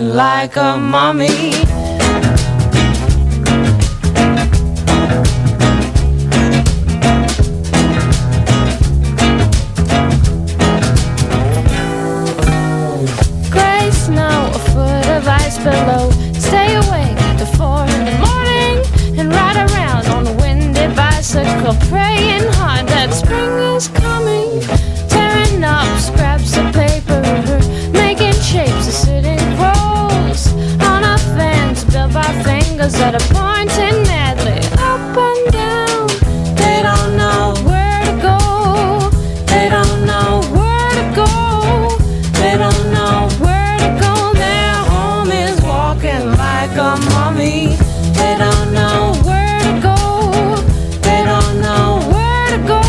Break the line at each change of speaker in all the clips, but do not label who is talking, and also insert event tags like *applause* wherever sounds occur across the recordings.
like a mommy. Gray snow, a foot of ice below. Stay awake to four in the morning and ride around on a windy bicycle, praying hard that spring is coming. Tearing up scraps of paper, making shapes of sitting rolls on our fans built by fingers that are pointing madly up and down. They don't know where to go. They don't know where to go. They don't know where to go. Their home is walking like a mummy. They don't know where to go. They don't know where to go.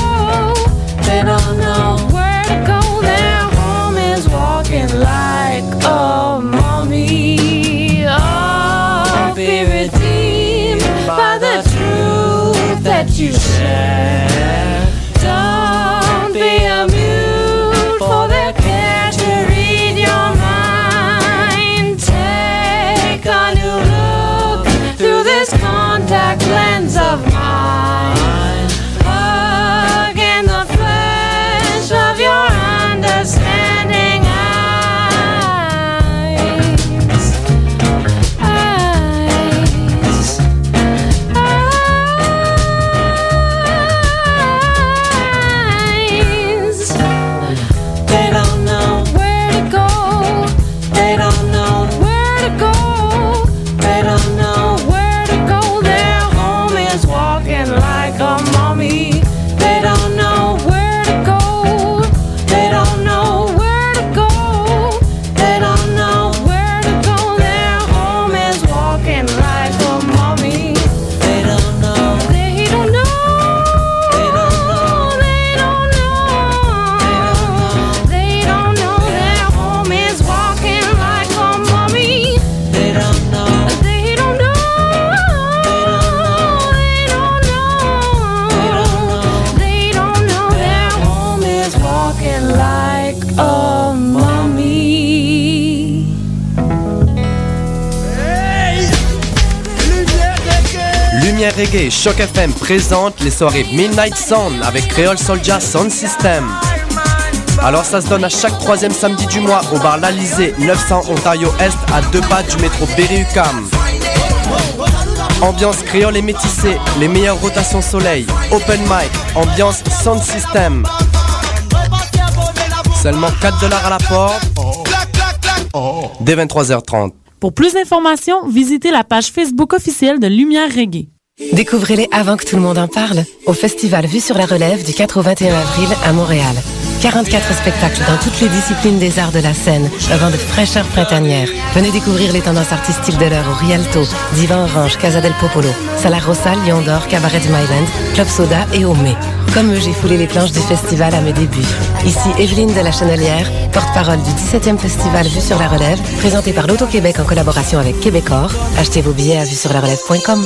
They don't know where to go. Their home is walking like a mummy. Oh, be redeemed by the truth that you share. Don't be a mute for their care to read your mind. Take a new look through this contact lens of mine. Hug in the flesh of your understanding eyes. Eyes. Eyes. They don't know where to go. They don't know where to go. They don't know where to go. Their home is walking like a mummy. They don't know where to go. They don't know where to go. They don't know where to go. Their home is walking like a mummy. They don't know. They don't know. They don't know. They don't know. They don't know. Their home is walking like a mummy. They don't know. They don't know. They don't know. They don't know. Their home is walking like a mummy.
Lumière Reggae, Choc FM présente les soirées Midnight Sun avec Creole Soldier Sound System. Alors ça se donne à chaque troisième samedi du mois au bar L'Alizé, 900 Ontario Est, à deux pas du métro Berry-UQAM. Ambiance créole et métissée, les meilleures rotations soleil, open mic, ambiance sound system. Seulement 4 dollars à la porte, dès 23h30.
Pour plus d'informations, visitez la page Facebook officielle de Lumière Reggae.
Découvrez-les avant que tout le monde en parle au festival Vue sur la Relève du 4 au 21 avril à Montréal. 44 spectacles dans toutes les disciplines des arts de la scène, avant de fraîcheur printanière. Venez découvrir les tendances artistiques de l'heure au Rialto, Divan Orange, Casa del Popolo, Sala Rossa, Lion d'Or, Cabaret du Myland, Club Soda et Omé. Comme eux, j'ai foulé les planches du festival à mes débuts. Ici Evelyne de la Chenelière, porte-parole du 17e festival Vue sur la Relève, présenté par l'Auto-Québec en collaboration avec Québecor. Achetez vos billets à vuesurlarelève.com.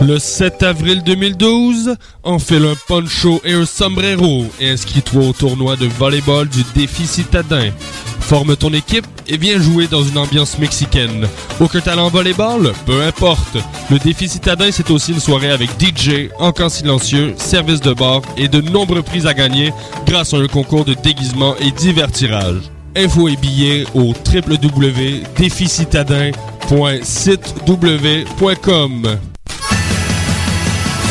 Le 7 avril 2012, enfile un poncho et un sombrero et inscris-toi au tournoi de volleyball du défi citadin. Forme ton équipe et viens jouer dans une ambiance mexicaine. Aucun talent en volleyball, peu importe. Le défi citadin, c'est aussi une soirée avec DJ, encans silencieux, service de bar et de nombreux prix à gagner grâce à un concours de déguisement et divertirage. Info et billets au www.déficitadin.sitew.com.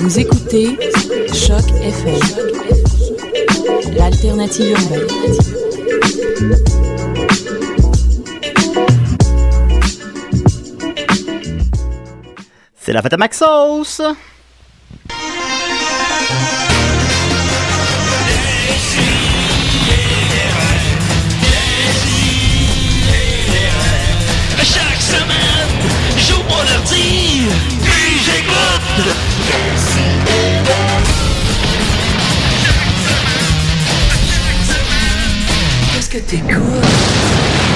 Vous écoutez Choc FM, l'alternative urbaine.
C'est la fête à Maxos!
Chaque semaine, j'ouvre mon ordi, puis j'écoute.
Qu'est-ce que t'écoutes?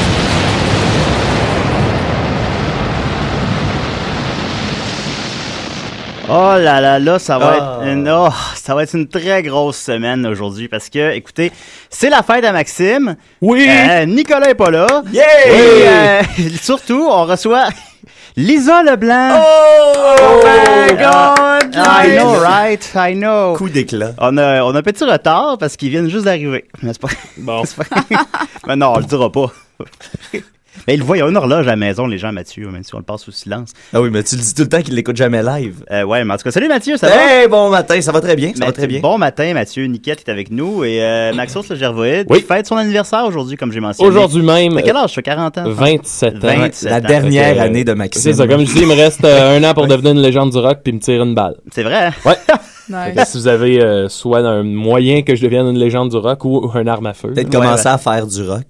Oh là là là, ça va être une, oh, ça va être une très grosse semaine aujourd'hui parce que, écoutez, c'est la fête à Maxime. Oui. Nicolas est pas là. Yeah. Et, euh, *laughs* surtout, on reçoit Lisa Leblanc. Oh, my God! I know, right? I know.
Coup d'éclat.
On a, on a un petit retard parce qu'ils viennent juste d'arriver. Mais *laughs* c'est pas. Bon. Mais non, on le dira pas. *laughs* Mais il voit, il y a une horloge à la maison, les gens, Mathieu, même si on le passe sous silence.
Ah oui, mais tu le dis tout le temps qu'il l'écoute jamais live.
Euh, ouais, mais en tout cas, salut Mathieu, ça va?
Hey, bon matin, ça va très bien, ça va
Mathieu-
très bien.
Bon matin, Mathieu. Niquette est avec nous et euh, Maxos le Gervoïde
Oui.
qui fête son anniversaire aujourd'hui, comme j'ai mentionné.
Aujourd'hui même.
T'as quel âge? Tu as 40 ans?
27 ans.
27 ans. Fait que, euh,
C'est ça, comme je dis, il me reste euh, un an pour devenir une légende du rock puis me tirer une balle.
C'est vrai? hein? Ah,
Ouais. Fait que si vous avez euh, soit un moyen que je devienne une légende du rock ou un arme à feu.
Peut-être commencer à faire du rock.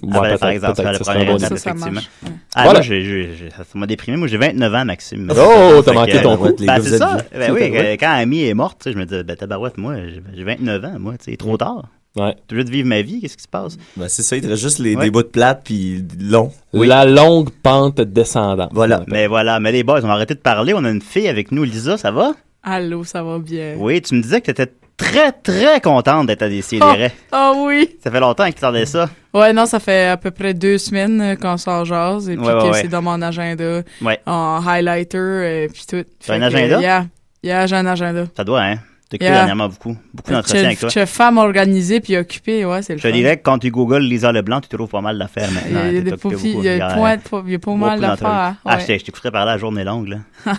Ouais,
Ah ben,
peut-être,
par exemple,
peut-être,
c'est
ça
la
serait
première
un bon
étape,
idée. Ça, ça
effectivement.
marche. Ouais.
Ah,
Voilà.
moi, j'ai- j'ai- j'ai- ça m'a déprimé. Moi, j'ai 29 ans, Maxime.
Oh, t'as
Fait
manqué
que,
ton
euh,
coup. Les
Ben,
deux
c'est ça.
êtes-vous.
Ben oui,
Ouais.
euh, quand Ami est morte, tu sais, je me dis, ben tabarouette, moi, j'ai- j'ai 29 ans, moi, tu sais, il est trop tard.
Ouais.
Tu veux vivre ma vie, qu'est-ce qui se passe?
Ben, c'est ça, il te reste juste les,
Ouais.
des bouts de plate puis long.
La longue pente descendante.
Voilà.
Mais voilà, mais les boys, on va arrêter de parler. On a une fille avec nous, Lisa, ça va?
Allô, ça va bien?
Oui, tu me disais que tu étais très, très contente d'être à Décideret.
Ah oui!
Ça fait longtemps que tu t'en ça.
Ouais, non, ça fait à peu près deux semaines euh, qu'on s'en jase et puis
Ouais, ouais,
que
ouais.
c'est dans mon agenda,
Ouais.
en highlighter et puis tout.
T'as un
Fait que,
agenda?
Yeah, yeah j'ai un agenda.
Ça doit, hein? T'as écouté
Yeah.
dernièrement beaucoup. Beaucoup d'entretiens avec
Je
toi.
suis femme organisée puis occupée, ouais, c'est le
Je te
fun.
dirais que quand tu googles Lisa Leblanc, tu trouves pas mal d'affaires
Il y
maintenant.
a,
T'es
des
occupé
paupières,
beaucoup.
il y a
Regarde,
point de pau- il y a pas mal
beaucoup d'entrevues.
d'affaires. hein,
Ah,
ouais.
je t'ai- je t'écouterais parler la journée longue, là.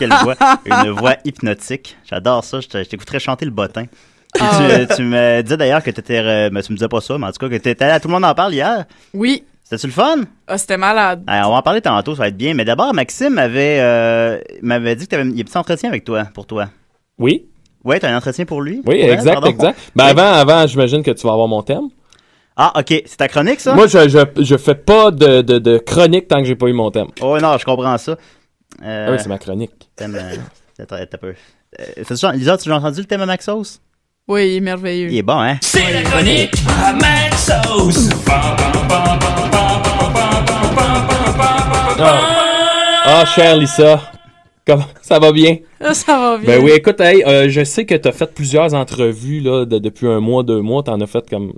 Quelle voix. Une voix hypnotique. J'adore ça. Je te- je t'écouterais chanter le bottin. Puis
Ah,
tu,
ouais.
tu me disais d'ailleurs que t'étais. euh, mais tu me disais pas ça, mais en tout cas, que t'étais allé à Tout le monde en parle hier.
Oui.
C'était-tu le fun?
Ah, c'était malade.
Ah, on va en parler tantôt, ça va être bien. Mais d'abord, Maxime avait, euh, m'avait dit que tu avais un petit entretien avec toi, pour toi.
Oui.
Oui, tu as un entretien pour lui?
Oui,
Ouais,
exact,
pardon.
exact. Ben avant, avant, j'imagine que tu vas avoir mon thème.
Ah, ok. C'est ta chronique, ça?
Moi, je, je, je fais pas de, de, de chronique tant que j'ai pas eu mon thème.
Oh non, je comprends ça. Euh,
Ah oui, c'est ma chronique.
thème, euh, *laughs* Attends, attends un peu. Euh, fais-tu genre- Lisa, tu as entendu le thème à Maxos?
Oui, il est merveilleux.
Il est bon, hein?
C'est la chronique à Maxos.
Ah, chère Lisa, comment ça va bien?
Ah, ça va bien.
Ben oui, écoute, hey, euh, je sais que tu as fait plusieurs entrevues là, de- depuis un mois, deux mois. Tu en as fait comme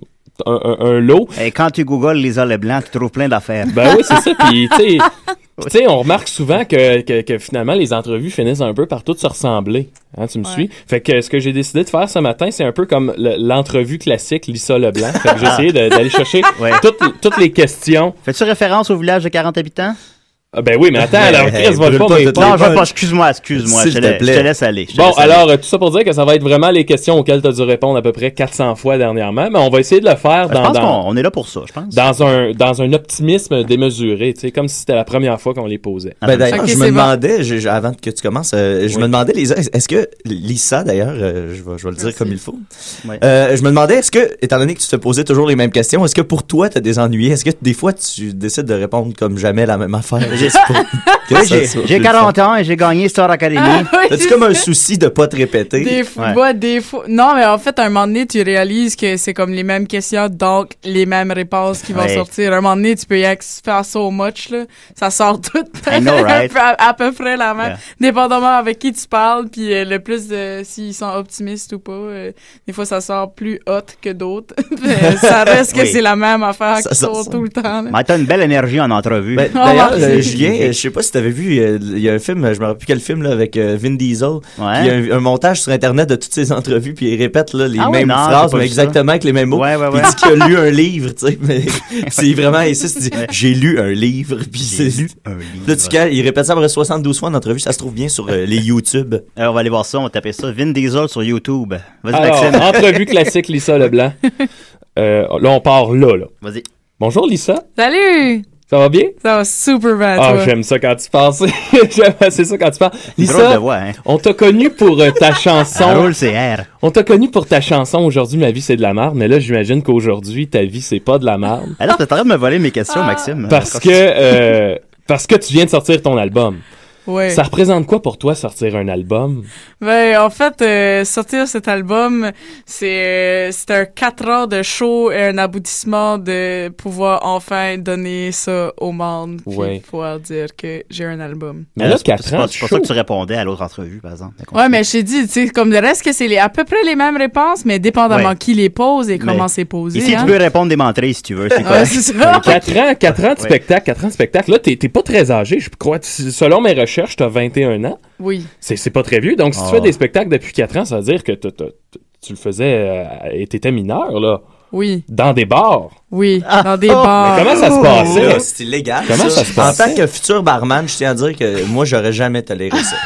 un, un- un lot.
Et quand tu googles Lisa Leblanc, tu trouves plein d'affaires.
Ben oui, c'est ça. Puis, tu
*laughs*
sais, puis, tu sais, on remarque souvent que, que, que finalement, les entrevues finissent un peu par toutes se ressembler. Hein, tu me suis? Fait que ce que j'ai décidé de faire ce matin, c'est un peu comme le- l'entrevue classique Lisa Leblanc. Fait que j'ai essayé de- d'aller chercher
Ouais.
toutes, toutes les questions.
Fais-tu référence au village de 40 habitants?
Ah, ben oui, mais attends,
Hey,
alors,
hey,
Chris va
brûle
le pas
pas
mes
toutes les
punches.
Non, je vais pas- excuse-moi, excuse-moi,
S'il
je
te
te
plaît.
je te laisse aller, je te
Bon,
laisse aller.
alors, euh, tout ça pour dire que ça va être vraiment les questions auxquelles tu as dû répondre à peu près 400 fois dernièrement, mais on va essayer de le faire
je
dans,
pense
dans,
qu'on on est là pour ça, je pense.
dans un, dans un optimisme démesuré, tu sais, comme si c'était la première fois qu'on les posait.
Ah,
Ben, d'ailleurs,
Ok,
je
c'est
me
bon.
demandais, je- je- avant que tu commences, euh, je
Oui.
me demandais, Lisa, est-ce que Lisa, d'ailleurs, euh, je, vais, je vais le dire comme il faut,
Ouais.
euh, je me demandais, est-ce que, étant donné que tu te posais toujours les mêmes questions, est-ce que pour toi, t'as des ennuis? Est-ce que des fois, tu décides de répondre comme jamais la même affaire?
*laughs*
juste pour que
Oui,
ça soit
j'ai-
plus
j'ai
le
40 ans et j'ai gagné Star
Ah,
Academy.
*laughs* oui,
fun? T'as-tu
c'est
comme un
ça.
souci de pas te répéter?
Des fois,
Ouais.
ouais, des fois. Non, mais en fait, un moment donné, tu réalises que c'est comme les mêmes questions, donc les mêmes réponses qui vont
Ouais.
sortir. Un moment donné, tu peux y ex- faire so much, là. Ça sort tout
I know, right?
*laughs* à, à peu près la même.
Yeah.
Dépendamment avec qui tu parles, puis euh, le plus de s'ils sont optimistes ou pas. euh, des fois, ça sort plus hot que d'autres. *laughs* Mais ça reste que
Oui.
c'est la même affaire
Ça
qui
sort
sort
ça.
tout le temps. là.
Mais Ah, t'as une belle énergie en entrevue. Ah,
Ben,
Oh,
D'ailleurs,
merci.
euh, Julien, euh, je sais pas si t'avais vu, euh, il y a un film, euh, je me rappelle plus quel film, là, avec euh, Vin Diesel. puis Il y a un, un montage sur Internet de toutes ses entrevues, puis il répète là, les
Ah ouais,
mêmes
non, j'ai
phrases,
pas
mais
vu ça.
exactement avec les mêmes mots.
Ouais, ouais,
Puis
ouais.
Il dit qu'il a lu un livre, tu sais.
*laughs*
mais C'est vraiment, et ça, c'est dit, j'ai lu un livre, puis c'est.
lu
Là, tu calmes, il répète ça après 72 fois en entrevue, ça se trouve bien sur euh, les YouTube.
Euh, on va aller voir ça, on va taper ça. Vin Diesel sur YouTube. Vas-y,
Alors,
Maxime.
*laughs* entrevue classique, Lisa
*laughs*
Leblanc. Euh, là, on part là, là.
Vas-y.
Bonjour, Lisa.
Salut!
Ça va bien?
Ça va super bien,
Ah,
toi.
j'aime ça quand tu parles. J'aime assez ça quand tu parles.
Drôle
Lisa,
de voix, hein?
on t'a connu pour euh, ta chanson.
Drôle, c'est R.
On t'a connu pour ta chanson Aujourd'hui, ma vie, c'est de la merde. Mais là, j'imagine qu'aujourd'hui, ta vie, c'est pas de la merde.
Alors, Ah t'es en train de me voler mes questions,
Ah,
Maxime.
Parce que, euh, parce que tu viens de sortir ton album.
Ouais.
Ça représente quoi pour toi sortir un album?
Ben, en fait, euh, sortir cet album, c'est euh, c'est un quatre ans de show et un aboutissement de pouvoir enfin donner ça au monde puis
Ouais.
pouvoir dire que j'ai un album.
Alors,
là,
c'est pas-
quatre
c'est pas-
ans,
C'est pour ça que
chaud.
tu répondais à l'autre entrevue, par exemple.
Ouais, mais je t'ai dit, tu sais, comme le reste, que c'est les- à peu près les mêmes réponses, mais dépendamment
Ouais.
qui les pose et comment
Mais-
c'est posé.
Ici,
hein.
tu peux répondre des mentrées si tu veux. C'est quoi?
Ouais, c'est ça.
4 ans, 4 ans de
Ouais.
spectacle, 4 ans de spectacle. Là, t'es t'es pas très âgé, je crois. Tu- Selon mes recherches, t'as 21 ans.
Oui.
C'est c'est pas très vieux. Donc, si tu
Ah.
fais des spectacles depuis 4 ans, ça veut dire que t'as- t'as- t'as- tu le faisais euh, et t'étais mineur, là.
Oui.
Dans des bars.
Oui, dans
Oh,
des
Ah!
bars.
Mais comment ça se passait?
Là, Oh. c'est illégal.
Comment ça se
En
passait?
tant que futur barman, je tiens à dire que moi, j'aurais jamais toléré ça.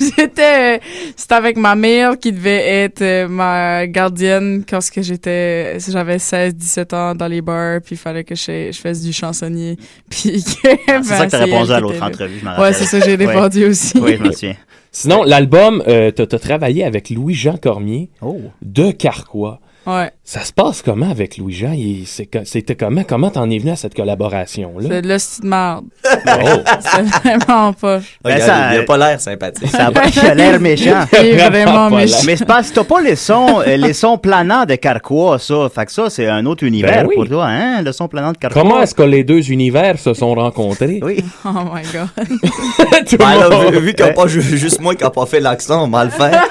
J'étais, euh, *laughs* c'était avec ma mère qui devait être euh, ma gardienne quand ce que j'étais, j'avais 16, 17 ans dans les bars, puis il fallait que je, je fasse du chansonnier. *laughs* Puis que, ben,
C'est ça que t'as
elle
répondu à
qui
l'autre
était là.
entrevue, je m'en
Ouais,
rappelle.
c'est ça, j'ai
Ouais.
répondu aussi. *laughs*
Oui, je me souviens.
Sinon, l'album, euh, t'as t'as travaillé avec Louis-Jean Cormier
Oh.
de Carquois.
Ouais.
Ça se passe comment avec Louis-Jean? Il- c'est co- C'était comment? Comment t'en es venu à cette collaboration-là?
C'est de l'hostie de merde.
Ben,
C'était vraiment pas.
Regarde,
ça-
Oh. il a pas l'air sympathique.
Ça a pas il a l'air méchant.
Il
*laughs*
est vraiment
Voilà. méchant.
Mais c'est parce que t'as pas les
*laughs*
sons, euh, les sons planants de Carquois, ça. Fait que ça, c'est un autre univers
Ben oui.
pour toi, hein? Le son planant de Carquois.
Comment est-ce que les deux univers se sont rencontrés?
Oui.
*laughs* Oh my
*laughs*
god.
Ben là,
monde.
vu, vu qu'on pas ju- juste moi qui n'a pas fait l'accent, on va le faire.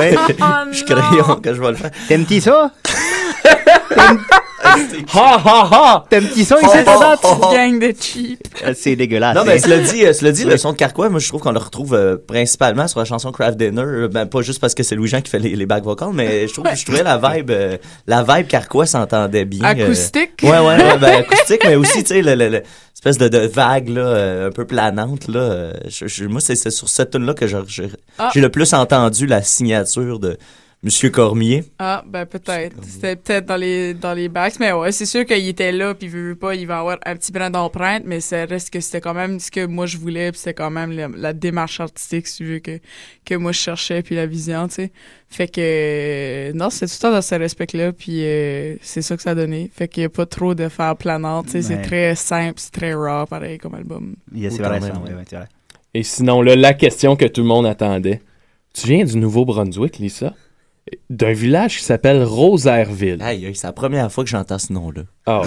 Ouais.
*laughs* Oh
je crayon que je vais le faire.
T'aimes-tu *laughs* ça?
Ha ha ha!
T'aimes-tu ça?
Oh,
ici,
oh,
Tadat? *laughs*
oh, oh.
Gang de cheap.
Euh, C'est dégueulasse.
Non, mais cela dit, euh, cela dit
Oui.
le son de Carquois, moi, je trouve qu'on le retrouve euh, principalement sur la chanson Craft Dinner. Euh, Ben, pas juste parce que c'est Louis-Jean qui fait les, les back vocals, mais je, trouve, je trouvais la vibe, euh, la vibe Carquois s'entendait bien. euh.
Acoustique.
ouais, ouais, ouais, ben, acoustique, mais aussi, tu sais, le- le- le- l'espèce de, de vague, là, euh, un peu planante, là. euh, je- je- moi, c'est c'est sur cette tune là que je- je- j'ai
Ah.
le plus entendu la signature de Monsieur Cormier.
Ah, ben peut-être. C'était peut-être dans les, dans les backs, mais ouais, c'est sûr qu'il était là, puis veut, veut pas, il va avoir un petit brin d'empreinte, mais ça reste que c'était quand même ce que moi je voulais, puis c'était quand même la, la démarche artistique, si tu veux, que, que moi je cherchais, puis la vision, tu sais. Fait que, euh, non, c'est tout le temps dans ce respect-là, puis euh, c'est ça que ça a donné. Fait qu'il y a pas trop de faire planante, tu sais, c'est
Ouais.
très simple, c'est très raw, pareil, comme album.
Yeah, c'est
Ou
vrai,
quand
ça.
même,
ouais, ouais, c'est vrai.
Et sinon, là, la question que tout le monde attendait. Tu viens du Nouveau-Brunswick, Lisa? D'un village qui s'appelle Rosaireville.
Aïe, aïe, c'est la première fois que j'entends ce nom-là. *laughs*
Ah ouais.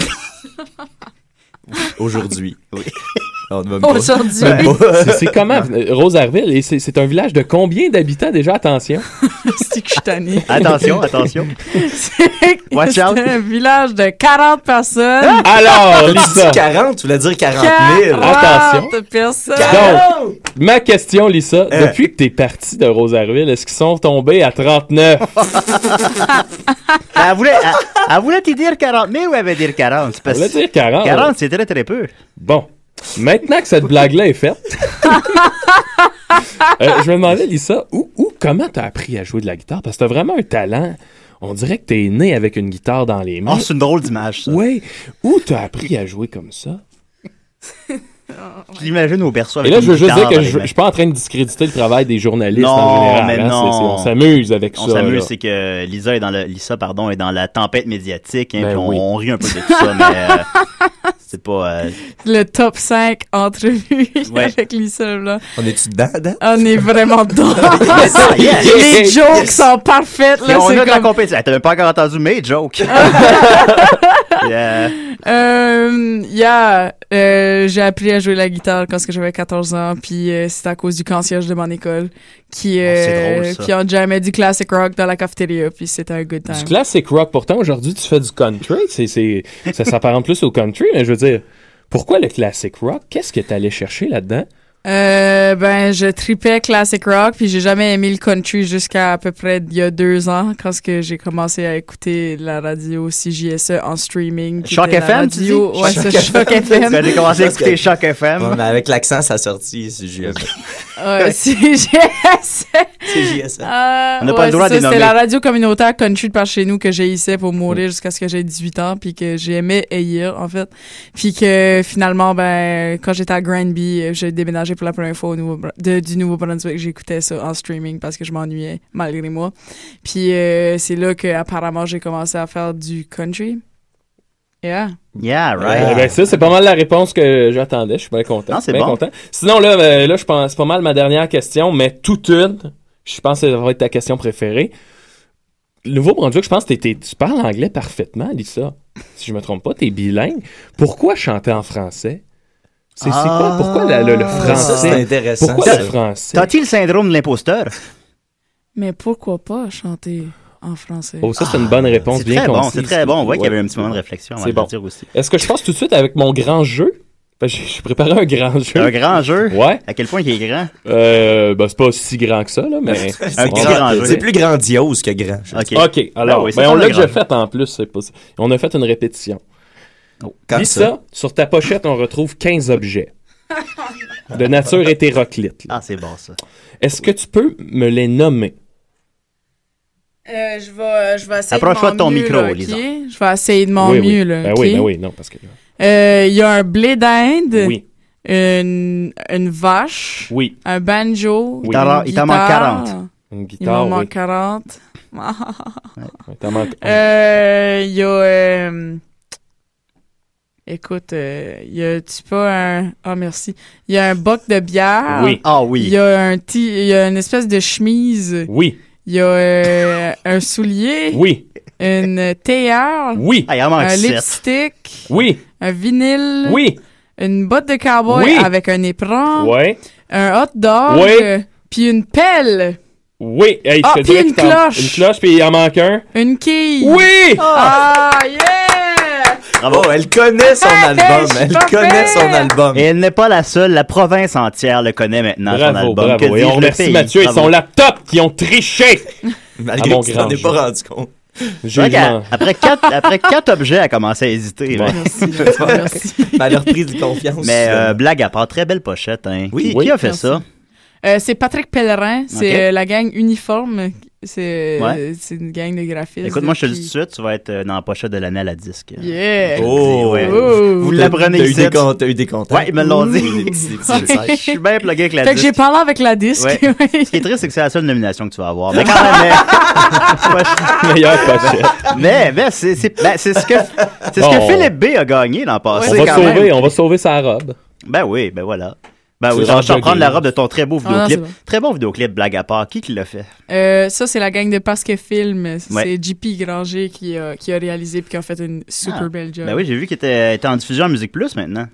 Aujourd'hui. Oui. On ne va pas-
Aujourd'hui.
même pas.
C'est- c'est comment? euh, Rosaireville, et c'est- c'est un village de combien d'habitants déjà? Attention.
c'est que je suis tannée.
Attention, attention. Watch
C'est
out.
un village de 40 personnes.
Alors,
Tu
Lisa.
dis 40, tu voulais dire 40 000.
40 personnes.
Donc, ma question, Lisa, depuis que t'es parti de Rosaireville, est-ce qu'ils sont tombés à 39?
Elle voulait, elle, elle voulait-tu dire 40 000 ou elle veut dire 40? C'est
On
parce-
voulait dire 40.
40, c'est très, très peu.
Bon. Maintenant que cette blague-là est faite, euh, je me demandais, Lisa, où, où comment t'as appris à jouer de la guitare? Parce que t'as vraiment un talent. On dirait que t'es né avec une guitare dans les mains.
Oh, c'est une drôle d'image, ça.
Oui. Où t'as appris à jouer comme ça?
Je l'imagine au berceau
Et
avec
là, je veux
une
juste dire
guitare
que
dans
je,
les mains.
je suis pas en train de discréditer le travail des journalistes
Non,
en général.
mais
hein.
non.
C'est- c'est- on s'amuse avec
On
ça. là.
s'amuse, c'est que Lisa est dans le, Lisa, pardon, est dans la tempête médiatique, hein,
Ben
puis on,
oui.
on rit un peu de tout ça, mais
*laughs*
euh, c'est pas. euh,
le top 5 entrevues *laughs*
Ouais.
avec Lisa Leblanc.
On est-tu dedans, dedans?
On est vraiment dedans.
*laughs* yes,
Les
yes,
jokes
yes.
sont parfaites.
Et
Là,
on a de
c'est
la
comme...
compétition. Ah, T'avais pas encore entendu mes
*laughs*
jokes. Yeah. Oh,
Euh, yeah, euh, j'ai appris à jouer la guitare quand ce que j'avais 14 ans, puis euh, c'était à cause du concierge de mon école qui, euh,
c'est drôle, ça.
qui on jamais du classic rock dans la cafétéria, puis c'était un good
Du
time.
classic rock, pourtant, aujourd'hui, tu fais du country. C'est, c'est, ça s'apparente plus au country, mais je veux dire, Pourquoi le classic rock? Qu'est-ce que t'allais chercher là-dedans?
Euh, ben, je tripais classic rock, Ah, puis j'ai jamais aimé le country jusqu'à à peu près il y a deux ans, quand ce que j'ai commencé à écouter la radio CJSE E en streaming. qui
Choc
était la
FM, tu dis?
radio- Ouais, c'est Choc
Vous
FM.
avez commencé à écouter Choc FM.
Ouais, mais avec l'accent, ça sortit, c'est JSE.
*laughs* Ouais, CJSE.
CJSE.
*laughs* Euh,
On n'a pas le
ouais,
droit de
c'est
les nommer.
ça, C'était la radio communautaire country de par chez nous que j'ai hissé pour mourir jusqu'à ce que j'ai 18 ans, puis que j'aimais haïr, en fait. Puis que finalement, ben, quand j'étais à Granby, euh, j'ai déménagé pour la première fois au Nouveau de- du Nouveau-Brunswick. J'écoutais ça en streaming parce que je m'ennuyais, malgré moi. Puis euh, c'est là que apparemment j'ai commencé à faire du country. Yeah.
Yeah, right.
Euh, ben, ça, c'est pas mal la réponse que j'attendais. Je suis bien content.
Non, c'est
Bien
bon.
content. Sinon, là, euh, là je pense c'est pas mal ma dernière question, mais toute une. Je pense que ça va être ta question préférée. Nouveau-Brunswick, je pense que t'es- t'es- tu parles anglais parfaitement, Lisa. Si je me trompe pas, t'es bilingue. Pourquoi chanter en français? C'est c'est quoi? Pourquoi la- le, le français? Pourquoi le français?
T'as-tu le syndrome de l'imposteur?
Mais pourquoi pas chanter en français?
Oh, ça, c'est une bonne réponse,
c'est
bien
très bon,
concise.
c'est très bon. On voit qu'il y avait un petit moment de réflexion, on va
C'est
le
bon.
dire aussi.
Est-ce que je passe tout de suite avec mon grand jeu? Ben, Parce que j'ai- j'ai préparé un grand jeu.
Un grand jeu?
Ouais.
À quel point il est grand?
Euh, ben, c'est pas si grand que ça, là, mais.
C'est grand- c'est plus grandiose que grand. je
OK.
dirais.
alors,
Ah oui, c'est
ben,
pas
on
le
l'a déjà
grand.
fait en plus, c'est pas ça. On a fait une répétition.
comme
Dis
ça.
ça, sur ta pochette, on retrouve 15 objets de nature hétéroclite.
Ah, c'est bon, ça.
Est-ce que tu peux me les nommer?
Euh, je vais, je vais essayer
Approche-toi
de
de
mon
ton
mieux,
micro,
là, ok?
Lisa.
Je vais essayer de mon
oui,
mieux,
oui.
là,
Ben
ok?
oui, ben oui, non, parce que...
Euh, Il y a un blé d'Inde.
Oui.
Une, une vache.
Oui.
Un banjo.
Oui. Il t'en
une
man- il t'en manque
guitare.
40. Une
Il
guitare,
m'en
oui.
manque 40.
Ouais, t'en manques-
Euh, Il y a. euh, Écoute, euh, il y a, tu sais pas un. Ah, merci. Il y a un boc de bière.
Oui. Ah, oui.
Il y a un ti- il y a une espèce de chemise.
Oui.
Il y a euh, un soulier.
Oui.
Une théière.
Oui. Ah, il en manque
un
sept.
lipstick.
Oui.
Un vinyle.
Oui.
Une botte de cowboy
Oui.
avec un éperon.
Ouais.
Un hot dog.
Oui.
euh, Puis une pelle.
Oui. Hey,
Ah,
je te
puis
dirais qu'il
une
t'en-
cloche.
Une cloche, puis il en manque un.
Une quille.
Oui!
Ah, yeah!
Bravo, elle connaît son
Ah, ben,
album.
je
Elle
suis
connaît son album.
Et elle n'est pas la seule, la province entière le connaît maintenant, son
Bravo,
album. Que
bravo. Et
dis-je,
on
le
remercie
pays.
Mathieu et
Bravo.
son laptop qui ont triché.
Malgré
À mon
que tu
grand
t'en es
jeu.
pas rendu compte.
C'est vrai qu'à-
hein. Ah,
Après quatre, après quatre objets, elle commence à hésiter. là.
Mais elle a repris Ben, de confiance.
Mais euh, blague à part, très belle pochette. Hein.
Oui.
qui,
Oui.
qui a fait
Merci.
ça?
Euh, c'est Patrick Pellerin, c'est
Ok.
euh, la gang uniforme. C'est euh,
Ouais.
c'est une gang de graphistes.
Écoute, moi, je te le
puis-
dis tout de suite, tu vas être euh, dans la pochette de l'année à la disque.
Yeah!
Oh,
Ouais.
Oh. *laughs*
Vous l'apprenez
T'as eu
ici.
des con- t'as eu des contacts.
Ouais, ils me l'ont dit.
Des petits- des petits messages.
Je suis bien plugué avec la
Fait que
disque.
j'ai parlé avec la disque.
Ouais. *laughs*
*laughs*
Ce qui est triste, c'est que c'est la seule nomination que tu vas avoir. Mais quand même, *laughs* mais...
meilleure pochette.
Mais, mais c'est c'est- ben, c'est ce que, c'est ce que
Bon.
Philippe B a gagné l'an passé.
On va
quand
sauver,
même.
on va sauver sa robe.
Ben oui, ben voilà. Ben
C'est
oui,
genre
je vais
jogging.
prendre la robe de ton très beau
Ah, non,
vidéoclip.
c'est bon.
Très bon vidéoclip, blague à part. Qui qui l'a fait?
Euh, ça, c'est la gang de Parce que Film. C'est
Ouais.
JP Granger qui a, qui a réalisé puis qui a fait une super
Ah.
belle job.
Ben oui, j'ai vu qu'il était, était en diffusion à Musique Plus maintenant.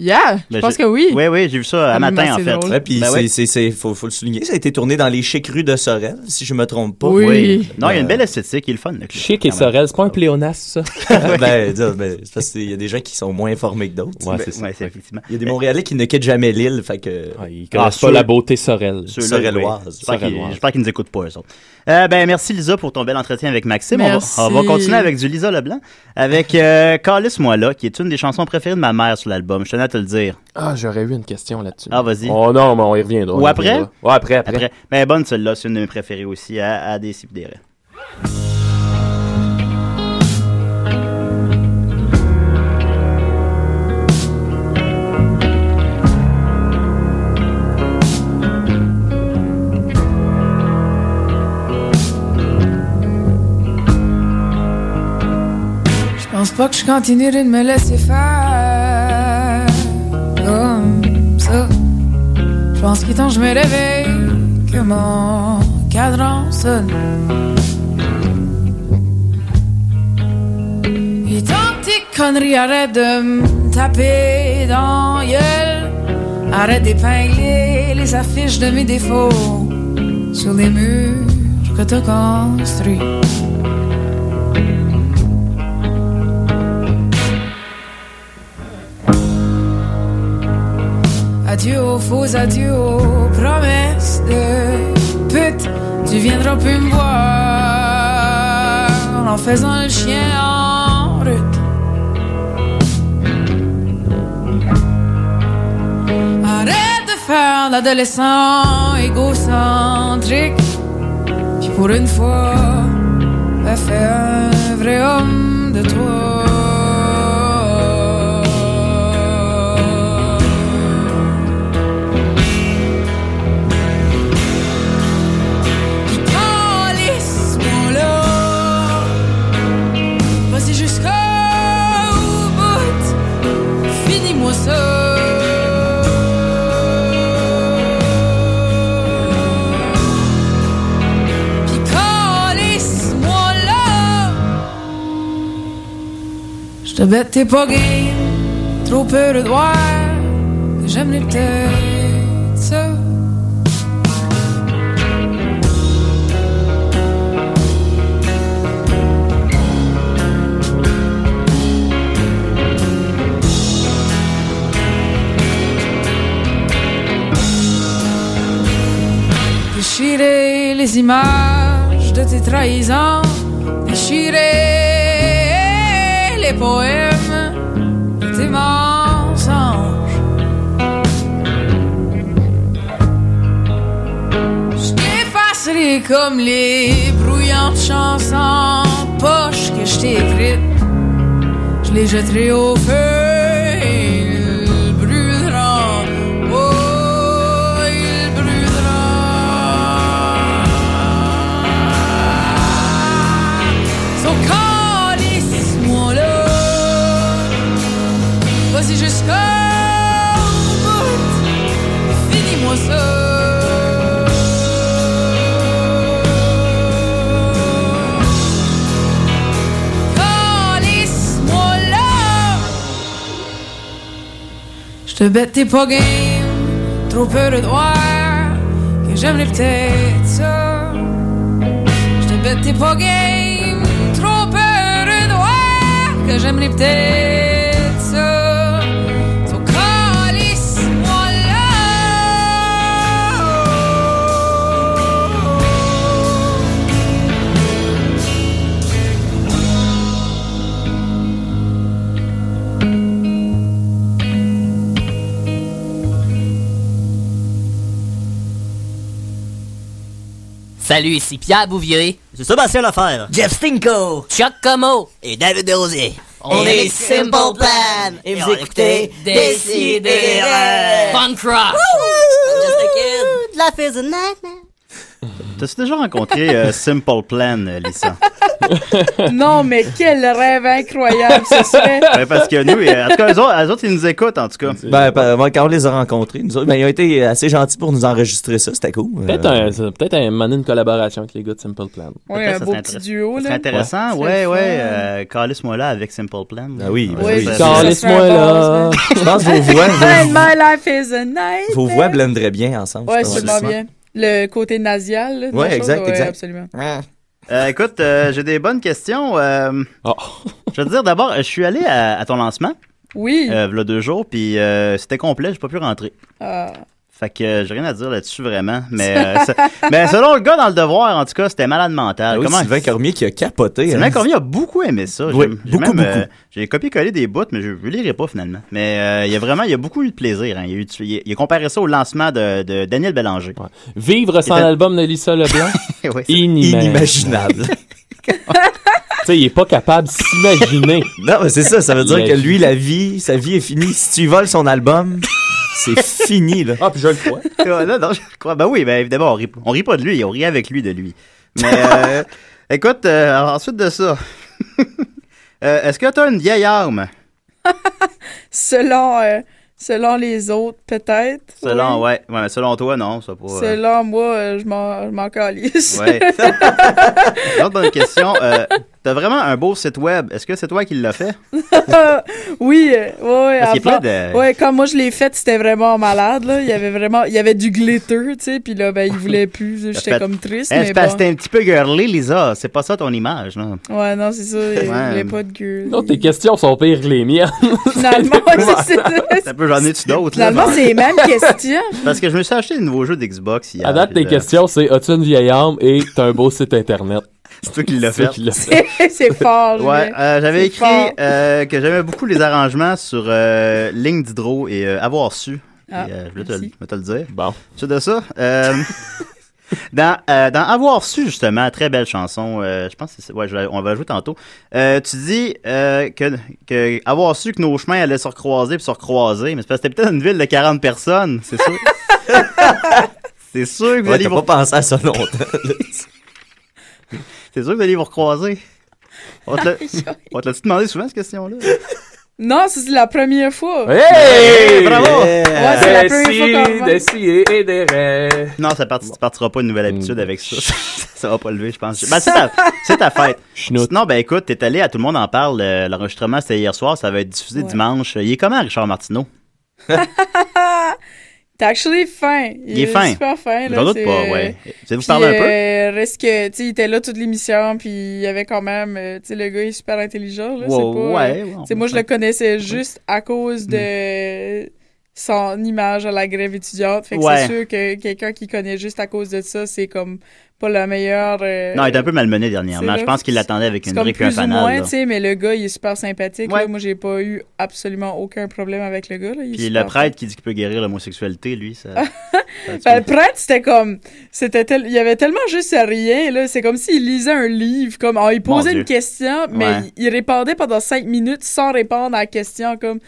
Yeah! je
Ben,
pense
j'ai-
que oui.
Oui, oui, j'ai vu ça un
Ah, mais
matin, en
c'est
fait.
drôle.
Ouais, puis
Ben
c'est-
oui.
c'est- c'est- faut, faut le souligner, ça a été tourné dans les chics rues de Sorel, si je me trompe pas.
Oui. Non, il y a une belle esthétique, il est le fun. Le clip,
Chic et
quand même.
Sorel, c'est pas un pléonasme, ça.
ben, dis- ben, c'est parce qu'il y a des gens qui sont moins informés que d'autres.
Ouais,
Ben,
c'est ça.
Ouais, c'est effectivement.
Il y a des Montréalais qui ne quittent jamais l'île, fait que...
Ils
Ah,
connaissent pas la beauté Sorel.
Ceux-là, oui.
Sorelloise.
J'espère qu'ils-
Sorelloise.
J'espère qu'ils nous écoutent pas, eux autres. Euh, ben, merci Lisa pour ton bel entretien avec Maxime. On va-
Merci.
On, va, continuer avec du Lisa Leblanc. Avec euh, Calisse-moi là, qui est une des chansons préférées de ma mère sur l'album. Je tenais à te le dire.
Ah, j'aurais eu une question là-dessus.
Ah, vas-y.
Oh non, mais on y reviendra.
Ou
on y
après?
reviendra. Ouais, après, après.
Mais bonne celle-là, c'est une de mes préférées aussi à, à Décider.
Je pense pas que je continuerai de me laisser faire comme ça. Je pense qu'il est temps que je me réveille, que mon cadran sonne. Il est temps que tes conneries arrêtent de me taper dans la gueule. Arrête d'épingler les affiches de mes défauts sur les murs que t'as construits. adieux, faux adieux, promesses de pute. Tu viendras plus me voir en faisant le chien en route. Arrête de faire l'adolescent égocentrique. Puis pour une fois, va faire un vrai homme de toi. Puis quand les sont là, vas-y jusqu'au bout, finis-moi ça. Puis calisse-moi là. Je te bête, t'es pas game. Trop peu de voir que j'aime les petites sœurs. Déchirer les images de tes trahisons, déchirer les poèmes de tes mensonges. Je t'effacerai comme les brouillantes chansons poche que je t'ai écrites. Je les jetterai au feu et ils brûleront. Oh, ils brûleront. Son calisse-moi là. Vas-y jusqu'au bout. Finis-moi ça. Calisse-moi là. Je te bête, t'es pas game. Trop peu de droits que j'aime les petites sœurs. Je te bête, t'es pas game. Trop peu de droits que j'aime les petites sœurs. Ton calisse-moi
Salut, ici Pierre Bouvier.
C'est Sébastien Laferre. Jeff Stinko. Chuck Como. Et David Desrosiers.
On est les Simple Plan.
Et vous écoutez Décidez.
Fun Rock.
Life is a nightmare.
T'as-tu déjà rencontré euh, Simple Plan, euh, Lisa?
non, mais quel rêve incroyable ce serait.
Ouais, parce que nous, euh, en tout cas, eux autres, eux autres, ils nous écoutent, en tout cas.
Ben, pa- ben, quand on les a rencontrés, nous autres, ben, ils ont été assez gentils pour nous enregistrer ça, c'était cool.
Peut-être
Euh,
un, c'est peut-être un moment, une collaboration avec les gars de Simple Plan.
Ouais, un beau petit duo,
C'est
là.
intéressant,
C'est
ouais,
le
ouais.
fun.
euh, Calisse-moi là avec Simple Plan.
Ah oui,
Ouais,
oui.
ça-
Calisse-moi là. Je pense que vos voix,
And
vos,
my life is a night.
vos voix blenderaient bien ensemble.
Ouais,
je pense.
sûrement bien. Le côté nasial, là. de
Ouais,
la chose,
exact, exact.
absolument.
Euh, écoute, euh, j'ai des bonnes questions. euh,
Oh.
Je vais te dire d'abord, je suis allé à, à ton lancement.
Oui.
Euh, v'là deux jours, puis euh, c'était complet, j'ai pas pu rentrer.
Ah.
Fait que euh, j'ai rien à dire là-dessus vraiment. Mais, euh, ça- *laughs* mais selon le gars dans le devoir, en tout cas, c'était malade mental.
Ah oui, Sylvain Cormier qui a capoté.
Sylvain
hein.
Cormier a beaucoup aimé ça. J'ai-
Oui,
j'ai
beaucoup,
même, euh,
beaucoup.
j'ai copié-collé des bouts, mais je ne lirai pas finalement. Mais euh, il y a vraiment, il y a beaucoup eu de plaisir. hein. Il, y a eu du- il a- il a comparé ça au lancement de, de Daniel Bélanger.
Vivre sans
Il était-
l'album de Lisa
*laughs*
Leblanc,
Ouais, c'est-
inimaginable. tu sais, il est pas capable de s'imaginer.
Non, mais c'est ça, ça veut dire que
Imagine.
lui, la vie, sa vie est finie. Si tu voles son album, c'est fini, là.
Ah, puis je le crois.
Ah, non, non, je crois. Ben oui, ben évidemment, on rit, on rit pas de lui, on rit avec lui de lui. Mais
*laughs*
euh, écoute, euh, alors, ensuite de ça, *laughs* euh, est-ce que tu as une vieille arme?
*laughs* Selon, euh, selon les autres, peut-être.
Selon, ouais. ouais, mais selon toi, non, ça pas. euh,
*laughs* Selon moi, euh, je m'en je m'en calisse.
Ouais. Une autre bonne question. euh, T'as vraiment un beau site web. Est-ce que c'est toi qui l'as fait?
*laughs* oui, euh, ouais, ouais.
Parce qu'il y a
avant-
plein de-
ouais, quand moi je l'ai faite, c'était vraiment malade. Là. Il y avait vraiment, il y avait du glitter, tu sais, puis là, ben, il
*laughs*
voulait plus.
T'as
J'étais
fait-
comme triste,
Eh,
mais
c'est parce que
bon.
t'es un petit peu girly, Lisa. C'est pas ça ton image, là.
Ouais, non, c'est ça, il
Ouais.
voulait pas de gueule.
Non, tes questions sont pires que les miennes.
*laughs* Finalement, ouais, c'est ça.
Ça peut j'en ai-tu d'autres, là?
Finalement, c'est
*laughs*
les mêmes questions.
Parce que je me suis acheté des nouveaux jeux d'Xbox hier.
À date, tes
puis là,
questions, c'est as-tu une vieille âme et t'as un beau site internet?
C'est toi qui l'as
C'est toi
fait.
qui l'as
C'est- *laughs*
*laughs*
c'est fort.
Ouais,
mais-
euh, j'avais
c'est
écrit
fort.
euh, que j'aimais beaucoup les arrangements sur euh, Ligne d'Hydro et euh, Avoir su.
Ah,
Et, euh, je voulais te,
merci.
je voulais te le dire. Bon. Suite de ça,
*laughs*
euh, dans, euh, dans Avoir su, justement, très belle chanson, euh, je pense que c'est. Ouais, je vais- on va la jouer tantôt. Euh, tu dis euh, que, que Avoir su que nos chemins allaient se recroiser puis se recroiser, mais c'est parce que c'était peut-être une ville de 40 personnes, c'est
*laughs*
sûr. c'est sûr que vous
Ouais,
allez
t'as
vous-
pas pensé à ça longtemps. là.
C'est sûr que vous allez vous
*laughs*
recroiser. On te l'a- on te l'a-tu demandé souvent, cette question-là?
Non, ça, c'est la première fois.
ben,
Hey! Bravo!
Ouais, c'est la première fois qu'on va.
et des rêves.
Non, ça part- tu partiras pas une nouvelle habitude avec ça. *laughs* ça va pas lever, je pense. Ben, c'est ta, c'est ta fête. Sinon, ben écoute, t'es allé à Tout le monde en parle. euh, L'enregistrement, c'était hier soir. Ça va être diffusé dimanche. Il est comment, Richard Martineau?
T'es actually fin.
Il est fin.
Euh, super fin. là,
J'en doute
c'est-
pas, ouais. Vous vous
Puis,
parler un peu?
euh, reste que, tu sais, il était là toute l'émission, puis il y avait quand même, euh, tu sais, le gars, il est super intelligent, là.
Wow,
c'est pas,
ouais,
euh,
ouais,
tu sais, moi, je le connaissais juste à cause de son image à la grève étudiante. Fait que
Ouais.
c'est sûr que quelqu'un qui connaît juste à cause de ça, c'est comme pas la meilleure. euh,
non, il est un peu malmené dernièrement. Je
c'est là,
pense qu'il l'attendait avec
c'est
une
comme
brique et un
plus ou
fanal.
moins,
là.
tu sais, mais le gars, il est super sympathique. là. Moi, j'ai pas eu absolument aucun problème avec le gars. Là. Il est
Puis
super
le prêtre qui dit qu'il peut guérir l'homosexualité, lui,
*laughs*
ça.
Ben, le prêtre, c'était comme. c'était tel- Il y avait tellement juste rien, là. C'est comme s'il lisait un livre. Comme, oh, il
Mon
posait
Dieu.
une question, mais
Ouais.
il, il répondait pendant cinq minutes sans répondre à la question. Comme...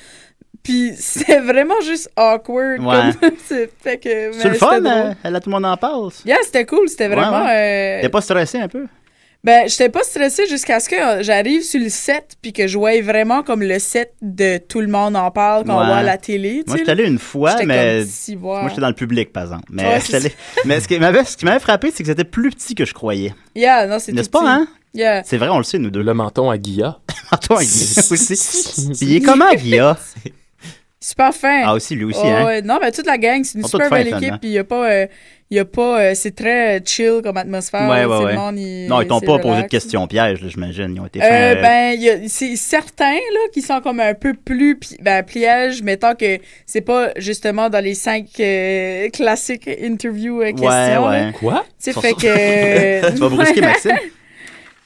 Puis *laughs* c'était vraiment juste awkward.
Ouais.
Comme... *laughs* c'est- fait que,
C'est
mais
le fun,
c'était drôle.
euh, là, tout le monde en parle.
Yeah, c'était cool. C'était
Ouais,
vraiment.
ouais.
euh,
T'es pas stressé un peu?
ben, j'étais pas stressée jusqu'à ce que euh, j'arrive sur le set puis que je voyais vraiment comme le set de tout le monde en parle qu'on
Ouais.
voit à la télé. tu
Moi,
sais,
j'étais
là.
allé une fois,
J'étais
mais.
comme, Si, voir.
Moi, j'étais dans le public, par exemple. Mais,
Ouais,
j'étais
c'est
allé- *laughs* mais ce qui m'avait ce qui m'avait frappé, c'est que c'était plus petit que je croyais.
Yeah, non, c'est
N'est-ce
tout
pas, hein?
petit. Yeah.
C'est vrai, on le sait, nous deux. *laughs* Le
menton à Guilla.
menton à
*laughs*
Guilla aussi. Puis il est comment, Guilla?
Super fin.
Ah, aussi, lui aussi,
Ouais,
hein?
ouais. Non, mais toute la gang, c'est une
Ils sont
super
tous fins,
belle
finalement.
équipe. Puis il y a pas. euh, y a pas euh, c'est très euh, chill comme atmosphère.
Ouais,
là,
ouais,
tout
ouais.
le monde, il-
non, ils t'ont
c'est
pas
relax.
posé de questions pièges, là, j'imagine. Ils ont été fins,
Euh,
euh,
ben, il y a- c'est certains là, qui sont comme un peu plus pi- ben, plièges, mais tant que c'est pas justement dans les cinq euh, classiques interviews euh, questions. là.
Quoi?
Tu sais, fait que.
*laughs*
Tu vas brusquer Maxime.
*laughs*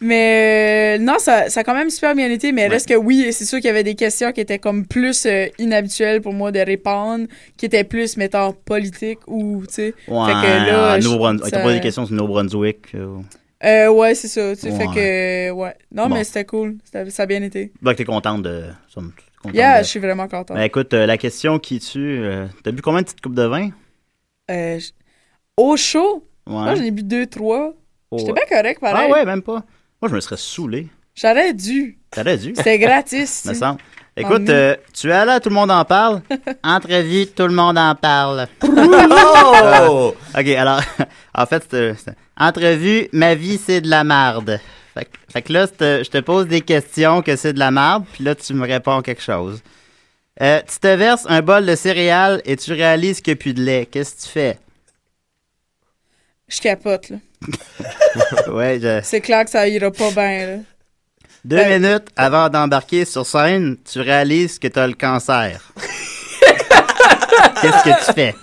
Mais euh, non, ça, ça a quand même super bien été, mais reste que oui, c'est sûr qu'il y avait des questions qui étaient comme plus euh, inhabituelles pour moi de répondre, qui étaient plus, mettons, politiques ou, tu sais.
Ouais,
fait que là,
à
je-
Nouveau Brun- Ils
ça-
t'ont posé des questions sur New Brunswick. euh,
Euh, ouais, c'est ça, tu sais,
Ouais.
fait que, ouais. Non,
Bon.
mais c'était cool, C'était- ça a bien été.
Ben, t'es contente de. somme toute, contente
Yeah,
de-
je suis vraiment contente.
Ben, écoute, euh, la question qui tue. euh, T'as bu combien de petites coupes de vin?
Euh, je- Au chaud,
Ouais.
moi, j'en ai bu deux, trois.
Oh,
J'étais
ouais.
bien correct, pareil.
Ah ouais, même pas. Moi, je me serais saoulé.
J'aurais dû.
T'aurais dû.
C'était gratis.
*laughs* Me
tu sais.
semble.
Tant
Écoute,
mieux.
euh, tu es allé à Tout le monde en
*laughs*
parle. Entrevue, tout le monde en parle.
Oh!
ok, alors, *laughs* en fait, c'est- c'est- entrevue, ma vie, c'est de la marde. Fait, que- fait que là, c'est, euh, je te pose des questions que c'est de la marde, puis là, tu me réponds quelque chose. Euh, tu te verses un bol de céréales et tu réalises qu'il n'y a plus de lait. Qu'est-ce que tu fais?
Je capote, là.
*laughs* ouais, je-
C'est clair que ça ira pas bien, là. Ben-
Deux minutes avant d'embarquer sur scène, tu réalises que tu as le
*laughs*
cancer. Qu'est-ce que tu fais?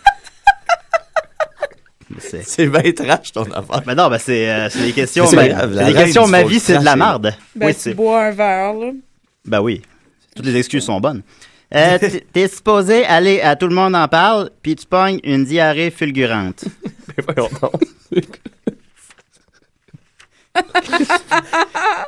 C'est bien trash ton affaire.
Mais non, ben c'est euh, c'est des questions.
C'est
ben,
grave,
c'est
la
des
reine
questions,
du
ma
folk
vie, c'est de la
trash,
marde.
Ben,
oui,
tu
c'est.
bois un verre, là.
Ben oui. Toutes les excuses sont bonnes. Euh, t- T'es supposé aller à Tout le monde en parle, puis tu pognes une diarrhée fulgurante.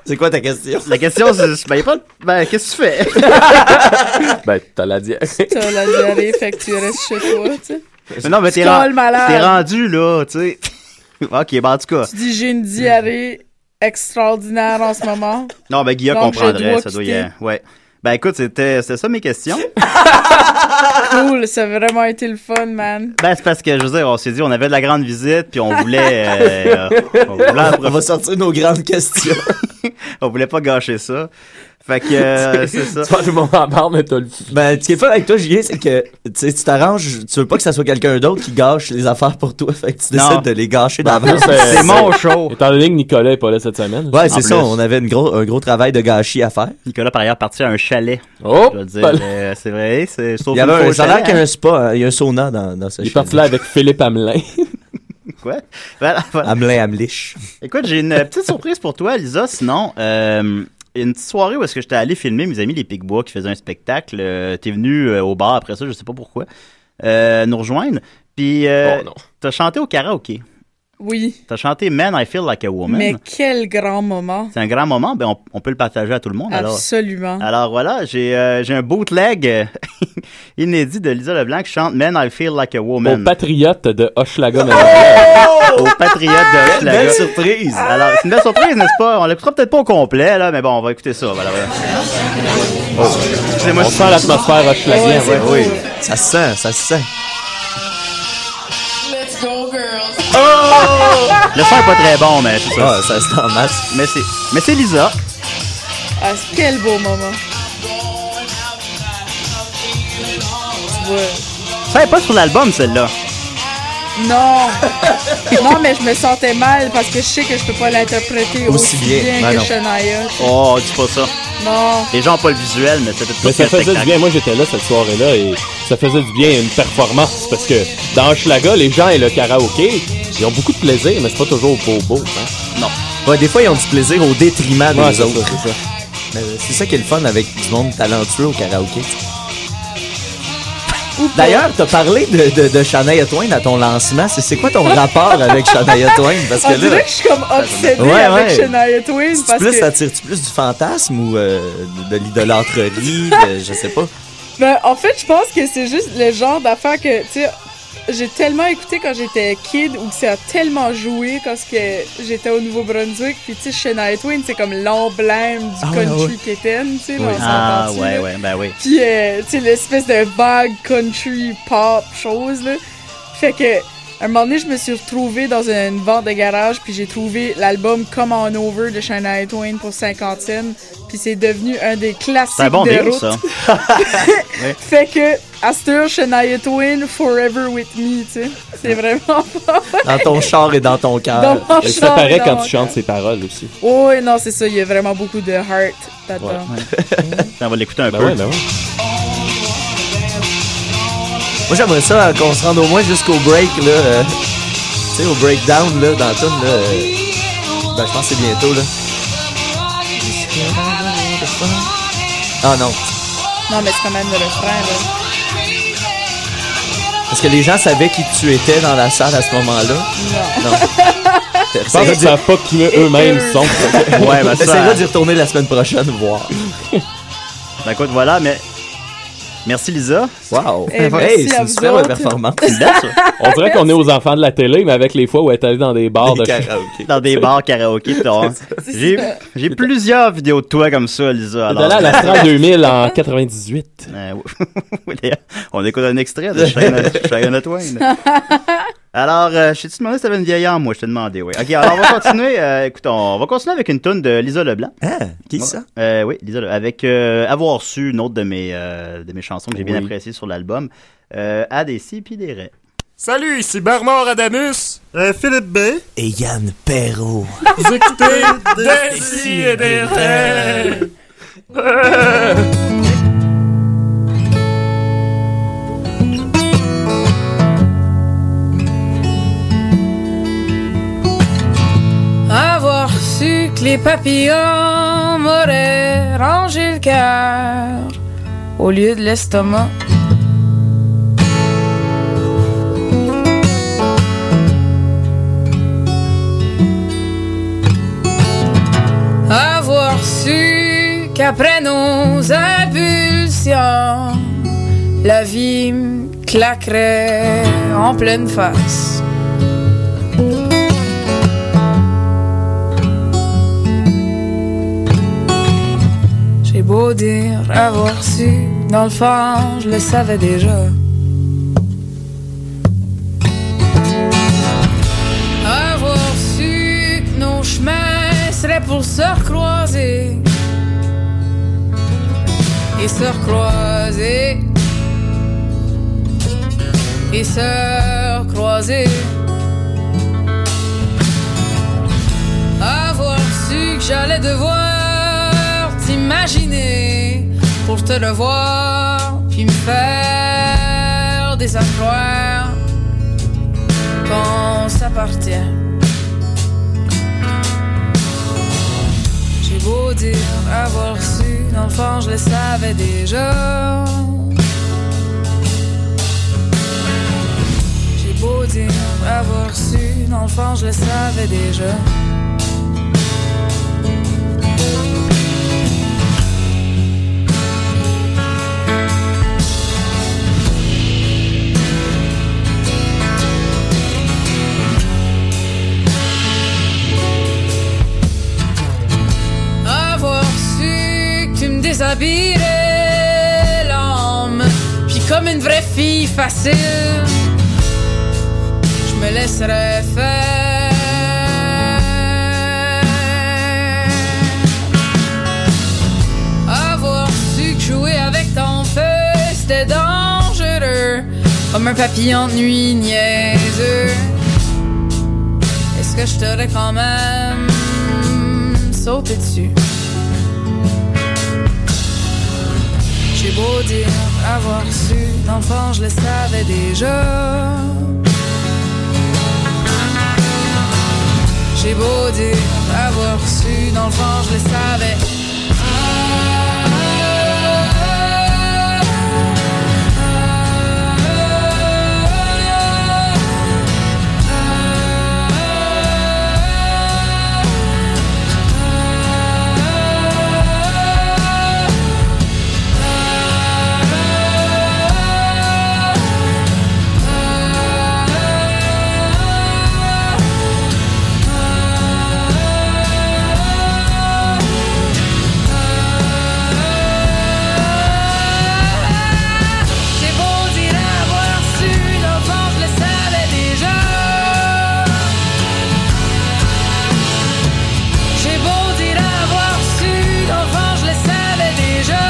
C'est quoi ta question?
La question, c'est. Ben, y a pas de- ben, qu'est-ce que tu fais?
Ben, t'as la diarrhée.
T'as la diarrhée, fait que tu restes chez toi, tu sais.
Mais non, mais
Tu
t'es ren-
colles malade.
t'es rendu, là, tu sais. *laughs* ok, ben en tout cas.
Tu dis, j'ai une diarrhée extraordinaire en ce moment.
Non, ben Guilla
Donc, je
comprendrait,
dois
ça doit y
quitter.
aller. Ouais. Ben écoute, c'était c'était ça mes questions.
*laughs* Cool, ça a vraiment été le fun, man.
Ben, c'est parce que, je veux dire, on s'est dit, on avait de la grande visite, puis on voulait. euh, euh, on voulait en
On va sortir nos grandes questions.
on voulait pas gâcher ça. Fait que
*laughs*
euh, c'est ça.
Toi, tout le monde en parle, mais t'as le Ben, ce qui est fun avec toi, Julien, c'est que tu sais, tu t'arranges, tu veux pas que ça soit quelqu'un d'autre qui gâche les affaires pour toi. *laughs* Fait que tu
Non.
décides de les gâcher
Ben,
d'avance.
en plus, c'est- C'est mon show.
Étant donné que Nicolas est pas là cette semaine. Ouais,
En
c'est ça.
plus.
On avait une gros, un gros travail de gâchis à faire.
Nicolas, par ailleurs, parti à un chalet.
Oh!
Je veux dire,
Ben-
euh, c'est vrai. C'est, sauf
Il y avait un,
une
ça a
fois au
l'air qu'il y a
chalet.
un spa, hein, il y a un sauna dans, dans ce Il est parti là avec Philippe Hamelin.
Quoi? Voilà, voilà.
Hamelin Hamlich.
Écoute, j'ai une euh, petite surprise pour toi, Lisa. Sinon, euh, une petite soirée où est-ce que j'étais allé filmer mes amis les Picbois qui faisaient un spectacle. Euh, T'es venu euh, au bar après ça, je sais pas pourquoi, euh, nous rejoindre. Puis, euh,
Oh,
t'as chanté au karaoké.
Oui.
T'as chanté Man, I Feel Like a Woman.
Mais quel grand moment.
C'est un grand moment. Ben, on, on peut le partager à tout le monde. alors.
Absolument.
Alors voilà, j'ai euh, j'ai un bootleg euh, *laughs* inédit de Lisa Leblanc qui chante Men I Feel Like a Woman. Oh!
Au patriote de Hochelaga.
Au Patriote de Hochelaga.
Belle
surprise.
Alors, c'est une belle surprise, n'est-ce pas? On l'écoutera peut-être pas au complet, là, mais bon, on va écouter ça. Voilà, voilà. Oh, excusez-moi.
On sent l'atmosphère
Ouais,
Hochelaga.
c'est beau.
ouais. Ça se sent, ça se sent.
Let's go, girls.
Oh!
Le son est pas très bon, mais c'est ça.
Ah, ça se en masse.
Mais c'est, mais c'est Lisa.
Ah, quel beau moment. Tu vois.
Ça est pas sur l'album, celle-là.
Non! non, mais je me sentais mal parce que je sais que je peux pas l'interpréter
Aussi
aussi,
bien. Ben
que
non.
Shania.
Oh, dis pas ça.
Non.
Les gens ont pas le visuel, mais c'était tout
Mais ça faisait du bien. Moi, j'étais là cette soirée-là et ça faisait du bien une performance parce que dans Hochelaga, les gens et le karaoké, ils ont beaucoup de plaisir, mais c'est pas toujours beau beau.
Non.
Ouais, des fois, ils ont du plaisir au détriment
Ouais,
des
c'est
autres.
ça, c'est ça.
Mais, euh, C'est ça qui est le fun avec du monde talentueux au karaoké. D'ailleurs, t'as parlé de, de, de Shania Twain à ton lancement. C'est c'est quoi ton rapport avec Shania Twain? *laughs* Parce
On
que là,
dirait que je suis comme obsédée
Ouais,
avec
ouais.
Shania Twain
tu
parce
plus,
que...
ça tire-tu plus du fantasme ou euh, de, de l'idolâtrerie?
*laughs*
de- je sais pas.
Ben, en fait, je pense que c'est juste le genre d'affaire que, tu sais, j'ai tellement écouté quand j'étais kid ou que ça a tellement joué quand ce que j'étais au Nouveau-Brunswick. Puis, tu sais, Shania Twain, c'est comme l'emblème du
Ah ouais,
country
ouais.
quétaine, tu sais,
Oui.
dans
Ah,
son
ouais, ouais, ben oui.
Puis, euh, tu sais, l'espèce de vague country pop chose, là. Fait que, à un moment donné, je me suis retrouvée dans une vente de garage, puis j'ai trouvé l'album Come On Over de Shania Twain pour 50 cents. Puis c'est devenu un des classiques
C'est un bon
de
deal,
route. *laughs*
ça. Ouais.
Fait que, Astor, Shania Twain, Forever With Me, tu sais.
*laughs*
C'est vraiment pas...
Dans ton char et dans ton
Dans
cœur.
mon Et ça char paraît et dans quand mon tu
chantes ses paroles aussi.
Oh, et non, c'est ça, il y a vraiment beaucoup de heart là-dedans.
On va l'écouter un
Ben
peu.
ouais, ben ouais. Moi, j'aimerais ça euh, qu'on se rende au moins jusqu'au break, là. euh, tu sais, au breakdown, là, dans tout, là. euh, ben, je pense que c'est bientôt, là. Ah non.
Non, mais c'est quand même le refrain, là.
Parce que les gens savaient qui tu étais dans la salle à ce moment-là. Non.
Je pense qu'ils savent pas qui eux-mêmes sont.
ouais,
ben ça-
Essayera d'y retourner la semaine prochaine, voir.
Ben écoute, voilà, mais. Merci Lisa.
Wow.
Eh, merci Hey, c'est à une vous super belle autres. *laughs* performance. On dirait qu'on est aux enfants de la télé, mais avec les fois où elle est allée dans des bars de
Dans des bars karaoké. puis
*laughs*
on- J'ai j'ai plusieurs vidéos de toi comme ça, Lisa.
Elle est
Alors...
allée à
*laughs*
l'Astral 2000 en 98.
Euh, *laughs* oui, d'ailleurs, on écoute un extrait de Shagana Twain. Alors, euh, je t'ai demandé si t'avais une vieille âme, moi, je t'ai demandé, oui. Ok, alors on va continuer. euh, écoute, on va continuer avec une toune de Lisa Leblanc.
Ah, qui ça?
Euh, oui, Lisa Leblanc. Avec euh, Avoir su, une autre de mes, euh, de mes chansons que j'ai bien
Oui.
appréciées sur l'album. Euh, à des si puis des raies.
Salut, ici Bernard Adamus, euh, Philippe B.
Et Yann Perrault.
*laughs*
Vous écoutez Desi et des rêves.
Avoir su que les papillons m'auraient rangé le cœur au lieu de l'estomac. Avoir su qu'après nos impulsions, la vie me claquerait en pleine face. J'ai beau dire avoir su, dans le fond, je le savais déjà. Avoir su que nos chemins seraient pour pour se recroiser et se recroiser et se recroiser. Avoir su que j'allais devoir t'imaginer pour te le voir, puis me faire des accroires quand ça partait. J'ai beau dire avoir su, dans le fond je le savais déjà. J'ai beau dire avoir su, dans le fond je le savais déjà. avoir su que tu me déshabillerais l'âme. Puis comme une vraie fille facile, je me laisserais faire. Avoir su que jouer avec ton feu, c'était dangereux. Comme un papillon de nuit niaiseux. Est-ce que je t'aurais quand même sauté dessus? J'ai beau dire avoir su, d'enfant je le savais déjà. J'ai beau dire avoir su, dans le fond je le savais. C'est beau dire avoir su, l'enfant je le savais déjà. J'ai beau dire avoir su, l'enfant je le savais déjà.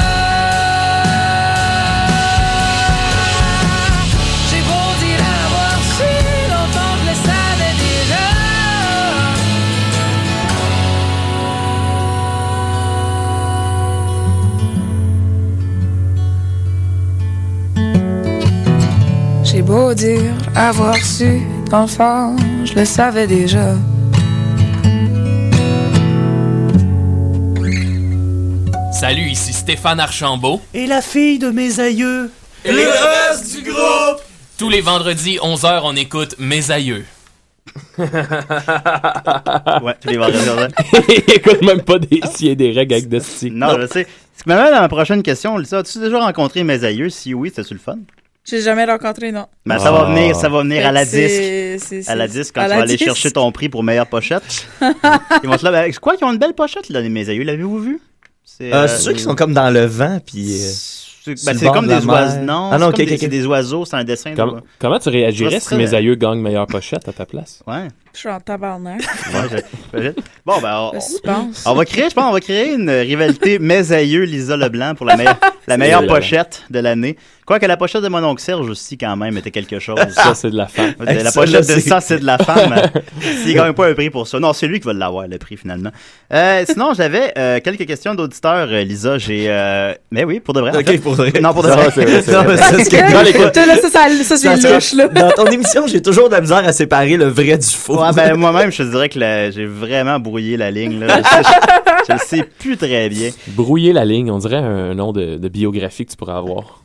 J'ai beau dire avoir su, l'enfant je le savais déjà. J'ai beau dire avoir su, d'enfant je le savais déjà.
Salut, ici Stéphane Archambault.
Et la fille de mes aïeux.
Et le reste du groupe! Tous les vendredis, 11h, on écoute Mes aïeux.
ouais, tous les vendredis, on
Écoute même pas des s'il y a des règles avec Dusty.
Non, je sais. Ce qui m'amène à ma prochaine question, Lisa. As-tu déjà rencontré mes aïeux? Si oui, c'était-tu le fun?
J'ai jamais rencontré, non.
Ben, ça va
Ah.
venir, ça va venir à
Fait
la
que
disque.
c'est- c'est- c'est-
À la disque, quand
à
tu
la
vas aller
disque.
chercher ton prix pour meilleure
*laughs*
pochette. Ils vont te là, ben, c'est quoi, ils ont une belle pochette, là, mes aïeux, l'avez-vous vu?
Euh, c'est ceux qui sont comme dans le vent, puis. euh,
Ben,
sur le
c'est
bord
comme
de la
des
mer.
oiseaux. Non,
Ah non,
c'est comme
ok, ok,
des-
ok.
c'est des oiseaux, c'est un dessin.
Comment,
là.
comment tu réagirais
Ça
si
serait-
mes aïeux gagnent meilleure pochette à ta place?
Ouais.
Je suis en tabarnak.
Ouais, je- je- Bon, ben, on,
Le suspense.
on va créer, je pense, on va créer une
*laughs*
rivalité mes aïeux, Lisa Leblanc pour la, meilleure- la meilleure
Lisa Leblanc.
pochette de l'année. Quoique la pochette de mon oncle Serge aussi, quand même, était *laughs* quelque chose.
Ça, c'est de la femme.
La
Ça, là,
pochette de
c'est-
ça, c'est de la femme. *laughs* S'il gagne pas un prix pour ça. Non, c'est lui qui va l'avoir, le prix, finalement. Euh, sinon, j'avais euh, quelques questions d'auditeurs, euh, Lisa. J'ai. euh, Mais oui, pour de vrai. en
Ok,
fait.
pour de vrai.
Non, pour de
Non,
vrai.
c'est vrai, c'est
Non,
vrai.
mais c'est ce que-
*laughs* Dans les-
Toi, là, ça, ça- ça, c'est
Dans-
louche, là.
Dans ton émission, j'ai toujours de la misère à séparer le vrai du faux.
Ouais, ben, moi-même, je te dirais que la- j'ai vraiment brouillé la ligne. Là. Je, je- je le sais plus
*laughs*
très bien.
Brouiller la ligne, on dirait un nom de, de biographie que tu pourrais avoir,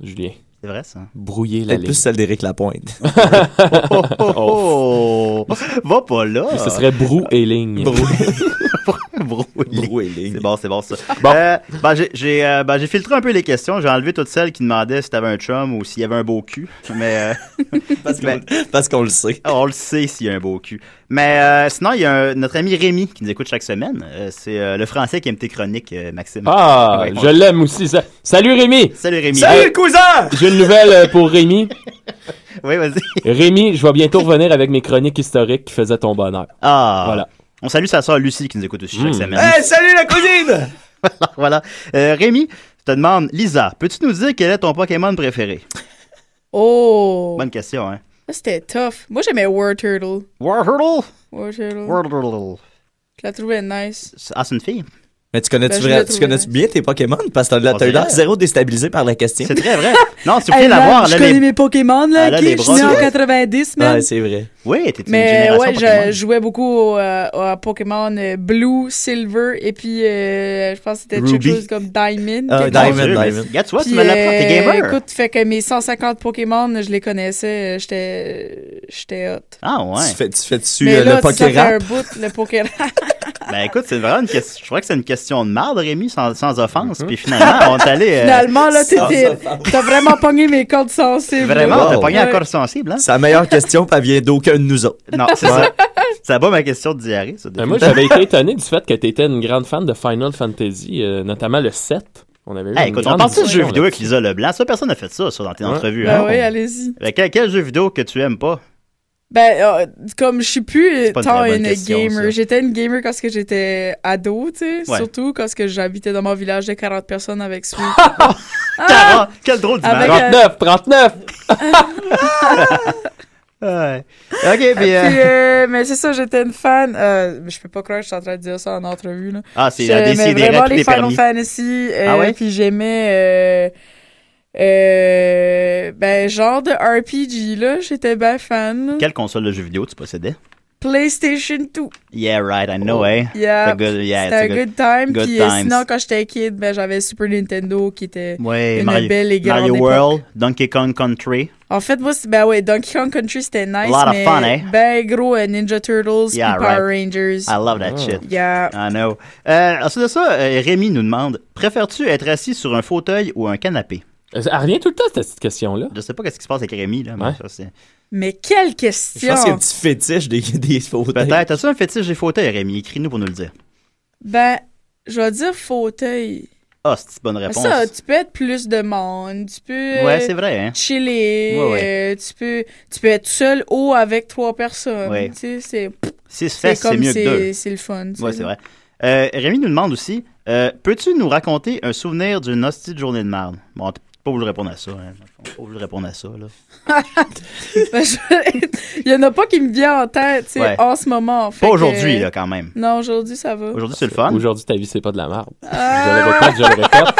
Julien.
C'est vrai, ça.
Brouiller la
Peut-être
ligne.
plus celle
*laughs*
d'Éric Lapointe.
Oh, oh, oh, oh. *laughs* Va pas là.
Ce serait brou et *laughs*
*laughs*
ligne.
Brouilling. C'est bon, c'est bon ça. Euh, ben, j'ai- j'ai euh, ben, j'ai filtré un peu les questions. J'ai enlevé toutes celles qui demandaient si t'avais un chum ou s'il y avait un beau cul. Mais, *laughs* parce qu'on le sait. On le sait s'il y a un beau cul. Mais euh, sinon, il y a un- notre ami Rémi qui nous écoute chaque semaine. Euh, c'est euh, le français qui aime tes chroniques, euh, Maxime.
Ah,
Ouais, on-
je l'aime aussi. ça. Salut Rémi!
Salut Rémi.
Euh, J'ai une nouvelle euh, pour Rémi.
*laughs* Oui, vas-y.
Rémi, je vais bientôt revenir avec mes chroniques historiques qui faisaient ton bonheur.
Ah!
Voilà.
On salue sa sœur Lucie qui nous écoute aussi chaque semaine.
Hey, salut la cousine!
Alors, *laughs* voilà. Euh, Rémi, je te demande, Lisa, peux-tu nous dire quel est ton Pokémon préféré?
Oh!
Bonne question, hein?
Ça, c'était tough. Moi, j'aimais War Turtle.
War Turtle?
War Turtle.
Wordle.
Je la trouvais nice.
Ah, c'est une fille?
Mais tu connais-tu
Ben, je
vra-
l'ai
tu
trouvé,
connais-tu bien tes Pokémon? Parce que t'as
On
t'as eu l'air
dirait.
zéro déstabilisé par la question. C'est
très vrai. Non, si vous
*laughs* Hey,
voulez la
man,
voir,
je
là,
connais
les...
mes Pokémon,
Elle
là,
a
ok?
les
Je suis né en
bras.
90, man.
c'est vrai.
Oui, t'es une
Mais
génération
ouais,
Pokémon.
je jouais beaucoup au, euh, à Pokémon euh, Blue, Silver, et puis euh, je pense que c'était quelque
Ruby.
chose comme Diamond.
Ah,
quelque
Diamond,
chose.
Diamond. Mais regarde, tu vois, tu me l'apprends, t'es
Puis, euh,
gamer.
Écoute, fait que mes 150 Pokémon, je les connaissais, euh, j'étais j'étais hot.
Ah ouais.
Tu fais- tu fais-tu, euh,
Mais là, ça fait un bout, le Pokérap. *laughs*
Ben écoute, c'est vraiment une question. Je crois que c'est une question de marde, Rémi, sans, sans offense.
Mhm.
Puis finalement, on est allé. euh,
Finalement, là, t'étais- t'as vraiment pogné mes cordes sensibles.
Vraiment,
là.
t'as pogné
Ouais.
un corps sensible, hein?
C'est la meilleure question, pas elle vient d'aucun de nous autres.
Non, c'est ça. Ça bat ma question de diarrhée, ça.
Euh, moi, j'avais été étonné du fait que tu étais une grande fan de Final Fantasy, euh, notamment le 7. On avait eu
Hey,
une
écoute, on
grande
parle de
discussion
jeux vidéo avec
là-dessus.
Lisa Leblanc. Ça, personne n'a fait ça, ça, dans tes
Ouais.
entrevues.
Ben
hein?
oui, allez-y.
Ben, quel, quel jeu vidéo que tu aimes pas?
Ben, euh, comme je suis plus
pas une
tant
très bonne
une
question, ça.
gamer. J'étais une gamer quand ce que j'étais ado, tu sais.
Ouais.
Surtout quand ce que j'habitais dans mon village de 40
*laughs*
personnes avec Sweet.
Ah! Quel drôle d'image!
Avec, euh, 39,
39!
*laughs* ouais. Ok, puis. euh,
Ah, Puis, euh, mais c'est ça, j'étais une fan. Euh, je peux pas croire que je suis en train de dire ça en entrevue. Là.
Ah, c'est la
J'aimais
décidérée
vraiment
qui
les
t'est
Final
permis.
Fantasy. euh,
Ah ouais?
Puis j'aimais. Euh, euh, ben, genre de RPG, là. J'étais ben fan. là.
Quelle console de jeux vidéo tu possédais?
PlayStation 2.
Yeah, right, I know, eh?
Yeah.
It's a good- yeah,
C'était un
it's a
good time.
good
Puis euh,
times.
sinon, quand j'étais kid, ben, j'avais Super Nintendo qui était
Ouais,
une
Mario,
belle et grande
Mario
époque.
World, Donkey Kong Country.
En fait, moi, c'est- ben ouais, Donkey Kong Country, c'était nice.
Lot of
mais
fun, eh?
Ben gros, euh, Ninja Turtles, puis
Yeah,
Power
right.
Rangers.
I love
Oh.
that shit.
Yeah.
I know. Euh, ensuite de ça, euh, Rémi nous demande Préfères-tu être assis sur un fauteuil ou un canapé
Euh, Elle revient tout le temps, cette question-là.
Je sais pas qu'est-ce qui se passe avec Rémi, là. mais ça, c'est-
Mais quelle question!
petit fétiche
*laughs*
des, fauteuils.
Peut-être. As-tu un fétiche des fauteuils, Rémi Écris-nous pour nous le dire.
Ben, je vais dire fauteuil.
Ah, c'est une bonne réponse.
Ça, tu peux être plus de monde, tu peux
Ouais, c'est vrai, hein.
chiller,
Ouais, ouais.
euh, tu, peux, tu peux être seul ou avec trois personnes.
Ouais.
Tu sais, c'est
Six
c'est
fesses, c'est
comme
mieux que deux.
C'est le fun. tu
Ouais,
sais.
c'est vrai. Euh, Rémi nous demande aussi euh, Peux-tu nous raconter un souvenir d'une hostie de journée de marde Bon, t'es pas voulu répondre à ça. Hein. Pas voulu répondre à ça, là.
*laughs* Ben, je- Il y en a pas qui me vient en tête, tu sais,
Ouais.
en ce moment. fait
Pas
que-
aujourd'hui, là, quand même.
Non, aujourd'hui, ça va. Ah!
Aujourd'hui, c'est le fun.
Aujourd'hui, ta vie, c'est pas de la merde. Je le répète, je le
*laughs*
répète.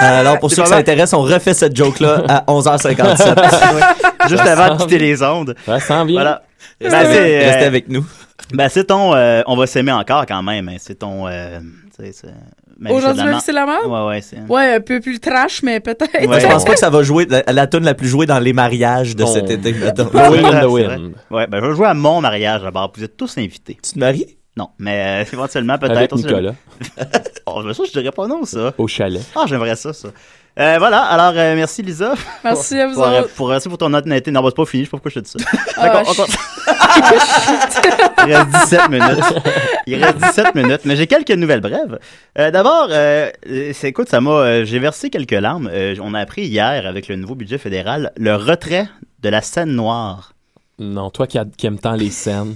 Alors, pour
C'est
ceux
pas
qui ça
mal.
intéresse, on refait cette joke-là à
*laughs*
11h57.
Juste avant de quitter les ondes.
Ça s'en vient.
Voilà. euh,
Restez avec- restez avec nous.
Ben, c'est ton. euh, on va s'aimer encore quand même. hein. C'est ton. euh, tu sais, c'est- Marie,
Aujourd'hui,
de
même si c'est la merde?
Ouais, ouais. c'est-
Ouais, un peu plus trash, mais peut-être.
Je pense pas que ça va jouer la, la tune la plus jouée dans les mariages de
Bon.
cet été. mettons.
Ouais, c'est vrai, c'est vrai. Ouais, ben, je vais jouer à mon mariage d'abord. Vous êtes tous invités.
Tu te maries?
Non, mais euh, éventuellement, peut-être.
Avec
on sait
Nicolas.
jamais. oh, ben, ça, je dirais pas non, ça.
Au chalet.
Ah, j'aimerais ça, ça. Euh, voilà, alors euh, merci Lisa.
Merci à vous
Pour,
autres.
pour- merci pour ton honnêteté. Non, bah, c'est pas fini, je sais pas pourquoi je te dis ça.
Ah,
Fait qu'on- on-
shit.
Il reste 17 minutes. Il reste 17 minutes, mais j'ai quelques nouvelles brèves. Euh, D'abord, euh, euh, c'est- écoute, ça m'a, euh, j'ai versé quelques larmes. Euh, on a appris hier, avec le nouveau budget fédéral, le retrait de la scène noire.
Non, toi qui, a- qui aimes tant les scènes.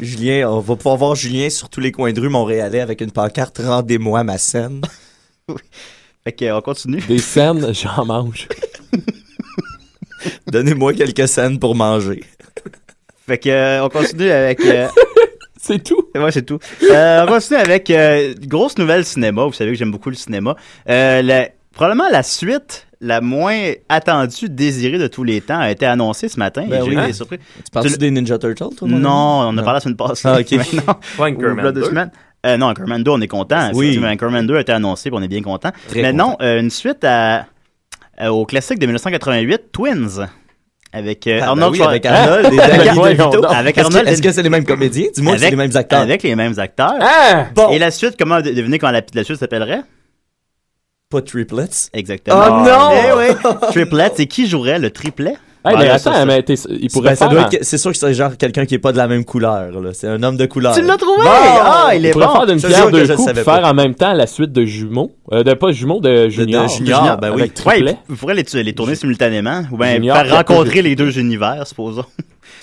Julien, on va pouvoir voir Julien sur tous les coins de rue montréalais avec une pancarte Rendez-moi ma scène.
Ok, on continue.
Des scènes, *laughs* j'en
*laughs*
mange.
Donnez-moi quelques scènes pour manger.
Fait que, euh, on continue avec.
*laughs* c'est tout.
Ouais, c'est tout. Euh, on continue avec euh, grosse nouvelle cinéma. Vous savez que j'aime beaucoup le cinéma. Euh, la- probablement la suite la moins attendue, désirée de tous les temps a été annoncée ce matin.
Ben
et j'ai
oui.
été
Ah.
surpris.
Tu parles
Tu-
des Ninja Turtles, toi, mon ami?
Non, on a
Non.
parlé la semaine passée.
Ah,
*laughs*
ok.
Mais non.
Pas Anchorman
Ou là, deux
2.
semaines. Euh, non, Anchorman 2, on est content. Oui. Anchorman 2 a été annoncé, puis on est bien content.
Très
Mais non, euh, une suite à, euh, au classique de 1988, Twins. Avec euh,
Ah, ben
Arnold
oui,
Schwar-
avec
*laughs*
Arnold et
Avec
Danny
Arnold-
DeVito.
Avec
Est-ce que-
Arnold.
est-ce que c'est les mêmes comédiens? Dis-moi que c'est
Avec-
les mêmes acteurs.
Avec les mêmes acteurs. Et la suite, comment de- devinez comment la, la suite s'appellerait?
Pas Triplets.
Exactement.
Oh non!
Eh oui. Triplet, c'est qui jouerait le triplet?
Hey, mais
Ouais,
Ah, attends,
ça, ça-
mais t'es- il pourrait
Ben, ça
faire
doit
un-
être- C'est sûr que c'est genre quelqu'un qui est pas de la même couleur. là. C'est un homme de couleur.
Tu l'as trouvé?
Bon!
Ah, il est
pourrait
bon.
faire d'une
Je
pierre
jure que
deux
je le
coups,
savais
puis faire
pas.
en même temps la suite de jumeaux. Euh, de pas jumeaux, de juniors.
De junior, ben oui.
Avec triplet.
Ouais, il pourrait les, tu- les tourner simultanément ou bien
Junior,
faire
Captain
rencontrer
Junior.
les deux univers, supposons.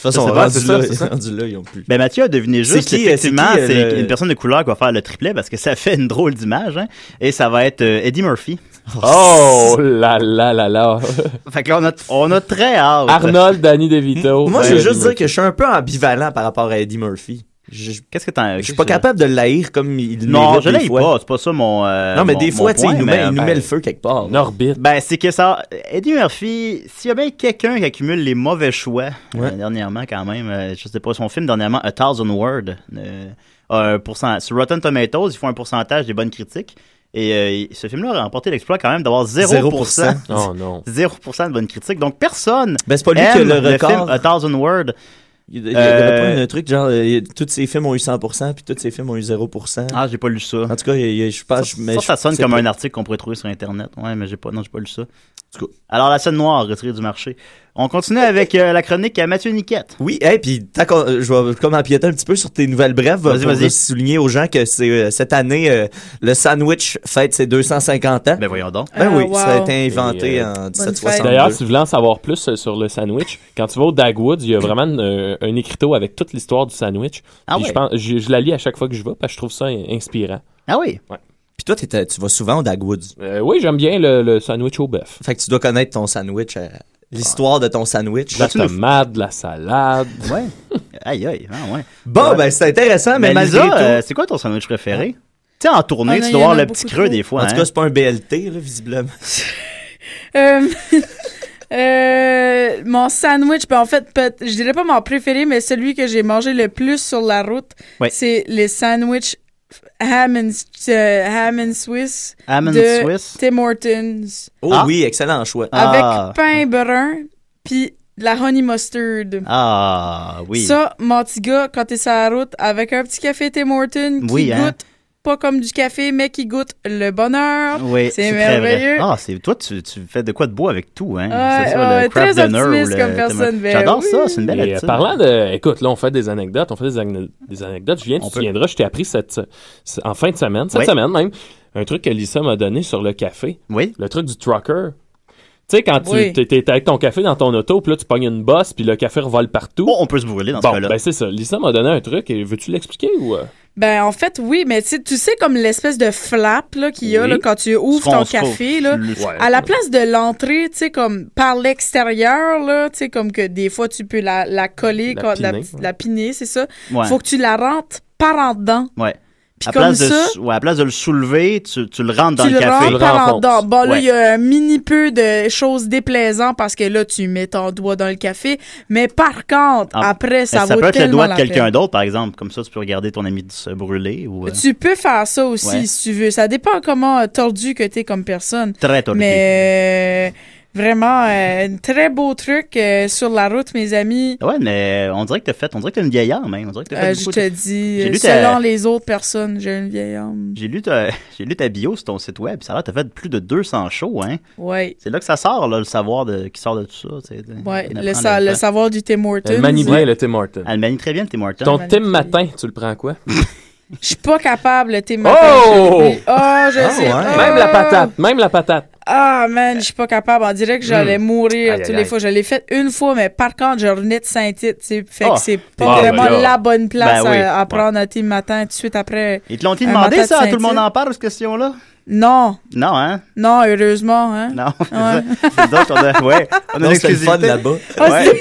De
toute façon, rendu là, rendu là, ils ont plus.
Ben Mathieu a deviné
C'est
juste
qui, euh,
effectivement,
c'est qui, euh,
c'est
le-
une personne de couleur qui va faire le triplet parce que ça fait une drôle d'image hein, et ça va être euh, Eddie Murphy. *laughs*
Oh là là là là.
fait que là, on a, on a très hâte.
Arnold, Danny DeVito.
Moi, je
ben,
Ouais,
veux
Eddie
juste dire que je suis un peu ambivalent par rapport à Eddie Murphy. Qu'est-ce
que t'en.
Je suis pas capable de l'haïr comme il
Non,
mérite
je
des
l'ai
fois.
pas, c'est pas ça mon. euh,
Non, mais
mon-
des
mon
fois, tu sais,
point,
il nous
mais,
met, il nous
ben,
met le feu quelque part.
En orbite.
Ben, c'est que ça. Eddie Murphy, s'il y a bien quelqu'un qui accumule les mauvais choix, euh, dernièrement, quand même, euh, je sais pas, son film dernièrement, A Thousand Words, euh, a un pourcent- sur Rotten Tomatoes, ils font un pourcentage des bonnes critiques. Et euh, il- ce film-là a remporté l'exploit quand même d'avoir 0%,
0%.
*laughs*
Oh, non.
0% de bonnes critiques. Donc personne.
Ben, c'est pas lui qui a
aime
le record.
film A Thousand Words.
Il y avait pas un truc genre, euh, il- tous ses films ont eu 100%, puis tous ses films ont eu 0%.
Ah, j'ai pas lu ça.
En tout cas, il- il- je pense. mais
ça,
je-
ça sonne
c'est
comme
pas-
un article qu'on pourrait trouver sur Internet. Ouais, mais j'ai pas, non, j'ai pas lu ça. Alors, la scène noire, retirée du marché. On continue avec euh, la chronique à Mathieu Niquette.
Oui, et puis tant qu'on- euh, je vais comme empiéter un petit peu sur tes nouvelles brèves
Vas-y,
pour
vas-y.
souligner aux gens que c'est euh, cette année euh, le sandwich fête ses 250 ans. Ben
voyons donc.
Ben
Ah,
oui, ça a
wow.
été inventé
Et, euh,
en
D'ailleurs, si vous
1762.
voulez en savoir plus euh, sur le sandwich, quand tu vas au Dagwood, il y a vraiment euh, un écriteau avec toute l'histoire du sandwich.
Ah
Puis
ouais.
je, pense- je, je la lis à chaque fois que je vais parce que je trouve ça in- inspirant.
Ah oui.
Puis toi, t'étais- tu vas souvent au Dagwoods.
Euh, oui, j'aime bien le, le sandwich au bœuf.
Fait que tu dois connaître ton sandwich, euh, l'histoire de ton sandwich.
La tomate, la salade.
Ouais. Aïe, aïe. Ah, ouais.
Bon, ben c'est intéressant, mais,
Mais
malgré
Lisa,
tout.
euh, c'est quoi ton sandwich préféré? Tu sais, en tournée,
Ah, non,
tu
il
dois
y en
avoir
a
le petit
beaucoup
creux
trop.
des fois. hein.
en tout cas, c'est pas un BLT, là, visiblement.
Euh, *laughs* euh, mon sandwich, ben en fait, peut- je dirais pas mon préféré, mais celui que j'ai mangé le plus sur la route,
Ouais.
c'est les sandwichs ham and, euh, ham and Swiss
Ham and
de
Swiss?
Tim Hortons.
Oh oui, excellent choix.
Ah.
Avec pain brun, puis de la honey mustard.
Ah, oui.
Ça, mon petit gars, quand t'es sur la route, avec un petit café Tim Hortons qui
Oui,
goûte
hein.
pas comme du café, mais qui goûte le bonheur.
Oui, très
c'est
vrai.
merveilleux.
Ah, c'est toi, tu, tu fais de quoi de beau avec tout, hein?
Ouais,
C'est ça,
ouais,
craft
très
dinner ou
optimiste
le-
comme personne, ben
J'adore ça,
oui.
c'est une belle
Et, euh,
attitude.
parlant de. Écoute, là, on fait des anecdotes. On fait des, agne- des anecdotes. Je viens, tu te souviendras, je t'ai appris cette, ce- en fin de semaine, cette
Oui.
semaine même, un truc que Lisa m'a donné sur le café.
Oui.
Le truc du trucker. Tu sais, quand tu
Oui.
t'es- t'es avec ton café dans ton auto, puis là, tu pognes une bosse, puis le café revole partout.
Oh, on peut se brûler dans ce
bon,
cas-là.
Ben, c'est ça. Lisa m'a donné un truc. et Veux-tu l'expliquer ou. euh?
Ben, en fait, oui, mais tu sais- tu sais, comme l'espèce de flap là, qu'il y a
Oui.
là, quand tu ouvres
Ce qu'on
ton
se trouve.
café, là,
Le- Ouais.
à la place de l'entrée, tu sais, comme par l'extérieur, là, tu sais, comme que des fois, tu peux la, la coller,
La
quand- la,
piner,
petite-
ouais.
la piner, c'est ça.
Ouais.
Faut que tu la rentres par en dedans.
Ouais.
Puis
À
comme
place, de,
ça-
ouais, à place de le soulever, tu, tu le rentres dans
tu
le
le
café.
rentres par en dedans. Bon, là,
Ouais.
il y a un mini peu de choses déplaisantes parce que là, tu mets ton doigt dans le café. Mais par contre,
Ah,
après, ça
mais
vaut
peut être le
tellement
doigt de
la
quelqu'un
peine.
d'autre, par exemple. Comme ça, tu peux regarder ton ami se brûler. Ou, euh,
Tu peux faire ça aussi
Ouais.
si tu veux. Ça dépend comment euh, tordu que t'es comme personne.
Très tordu.
Mais euh, vraiment, euh, un très beau truc euh, sur la route, mes amis.
Ouais, mais on dirait que t'as fait, on dirait que t'es une vieille âme, hein. On dirait que t'as fait
Euh, je
beaucoup
te
de-
dis,
J'ai
euh,
lu ta-
selon les autres personnes, j'ai une vieille âme.
J'ai lu, ta... *laughs* j'ai lu ta bio sur ton site web. Ça a l'air que t'as fait plus de 200 shows, hein.
Ouais.
C'est là que ça sort, là, le savoir de... qui sort de tout ça. tu sais.
Ouais,
On
le,
apprend
sa-
à
le
faire.
savoir du Tim Hortons.
bien le Tim Hortons.
Elle manie très bien le Tim Hortons.
Ton Tim matin, tu le prends
*laughs*
quoi?
Je suis pas capable, le Tim
Oh!
Hortons. Ah, je
Ah
sais.
ouais.
Ah!
Même la patate, même la patate.
Ah, man, je suis pas capable. On dirait que j'allais
Hmm.
mourir
Aïe,
toutes
aïe,
les
aïe.
fois. Je l'ai fait une fois, mais par contre, je revenais de Saint-Tite. tu sais. Fait
Ah.
que c'est
Ah,
pas
ben
vraiment
là.
la bonne place
Ben oui.
à, à prendre un team matin tout de suite après.
Ils te l'ont-ils
un
demandé,
matin de
ça? Tout le monde
Saint-Tite.
en parle, cette question-là?
Non,
Non, hein?
non, heureusement. Hein?
Non, *laughs* c'est
Ouais.
ça. Nous autres, on a, ouais, on a
Non,
une
c'est le fun
exclusivité.
là-bas.
Ah,
Ouais.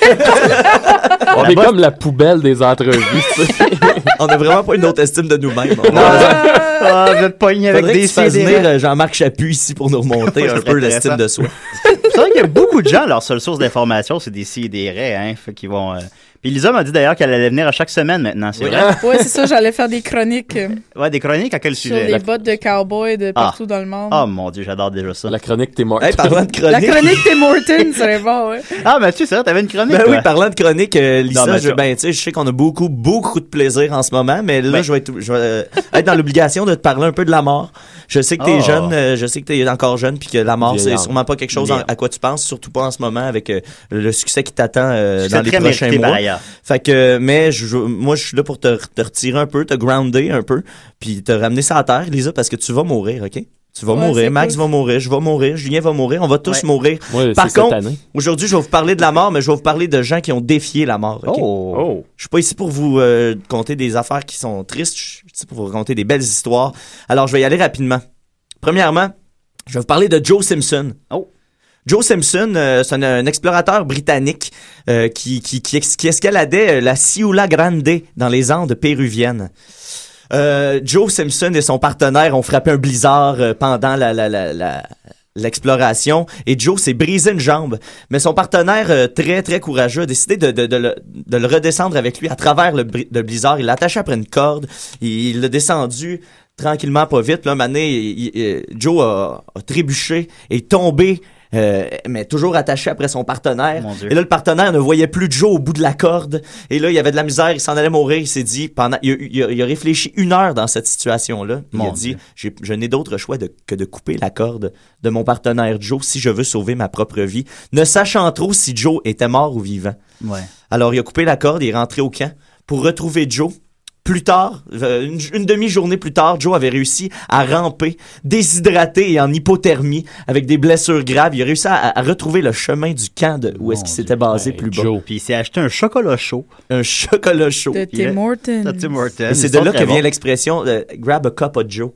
On
Ah, La
est
bosse-
comme la poubelle des entrevues. tu sais.
On a vraiment pas une autre estime de nous-mêmes.
Ah, je vais te pogner avec
Faudrait que
des
tu fasses
sidérés.
venir euh, Jean-Marc Chaput ici pour nous remonter
Ça
un
serait
peu l'estime de
intéressant.
soi.
C'est vrai qu'il y a beaucoup de gens, leur seule source d'information, c'est des si et des raies, hein, fait qu'ils vont... euh, Puis Lisa m'a dit d'ailleurs qu'elle allait venir à chaque semaine maintenant, c'est vrai?
Ouais, c'est ça, j'allais faire des chroniques euh,
Ouais, des chroniques à quel
sur
sujet?
les bottes de cowboy de
Ah.
partout dans le monde.
Oh mon dieu, j'adore déjà ça. La
chronique t'es mort.
Hey, parlant de
la
chronique.
chronique Tim Hortons, c'est bon, ouais.
Ah, Mathieu, c'est vrai, t'avais une chronique.
Ben
toi.
oui, parlant de chronique, euh, Lisa,
Non, mais
je,
ça-
ben, tu sais, je sais qu'on a beaucoup, beaucoup de plaisir en ce moment, mais là, je vais être, je vais, euh, être dans l'obligation de te parler un peu de la mort. Je sais que t'es
Ah.
jeune, euh, je sais que t'es encore jeune, puis que la mort, c'est
Vieillard.
sûrement pas quelque chose en- à quoi tu penses, surtout pas en ce moment avec euh, le succès qui t'attend euh,
Succès
dans les
très
prochains
mérité, par
mois.
ailleurs.
Fait que, mais je, je- moi, je suis là pour te, te retirer un peu, te grounder un peu, puis te ramener ça à terre, Lisa, parce que tu vas mourir, OK? Tu vas
Ouais, c'est
mourir, Max
cool.
va mourir, je vais mourir, Julien va mourir, on va tous
Ouais.
mourir.
Ouais,
Par
c'est cette
contre,
année.
aujourd'hui, je vais vous parler de la mort, mais je vais vous parler de gens qui ont défié la mort. OK? Je suis pas ici pour vous euh, conter des affaires qui sont tristes, je suis ici pour vous raconter des belles histoires. Alors, je vais y aller rapidement. Premièrement, je vais vous parler de Joe Simpson. Joe Simpson, euh, c'est un, un explorateur britannique euh, qui, qui, qui, ex- qui escaladait euh, la Ciula Grande dans les Andes péruviennes. Euh, Joe Simpson et son partenaire ont frappé un blizzard euh, pendant la, la, la, la- l'exploration et Joe s'est brisé une jambe. Mais son partenaire, euh, très très courageux, a décidé de, de, de le, de le redescendre avec lui à travers le, bri- le blizzard. Il l'a attaché après une corde, il il l'a descendu tranquillement, pas vite. Là, mané, euh, Joe a, a trébuché et est tombé. euh, mais toujours attaché après son partenaire.
Mon Dieu.
Et là, le partenaire ne voyait plus Joe au bout de la corde. Et là, il y avait de la misère, il s'en allait mourir. Il s'est dit, pendant, il, a, il a- il a réfléchi une heure dans cette situation-là. Il
Mon
a dit, j'ai- je n'ai d'autre choix de- que de couper la corde de mon partenaire Joe si je veux sauver ma propre vie, ne sachant trop si Joe était mort ou vivant.
Ouais.
Alors, il a coupé la corde, il est rentré au camp pour retrouver Joe. Plus tard, euh, une, une demi-journée plus tard, Joe avait réussi à ramper, déshydraté et en hypothermie, avec des blessures graves. Il a réussi à, à retrouver le chemin du camp de où est-ce qu'il s'était basé plus bas.
Puis il s'est acheté un chocolat chaud.
Un *laughs* chocolat chaud.
De Tim Hortons.
De Tim Hortons.
Et c'est de là que vient l'expression euh, grab a cup of Joe.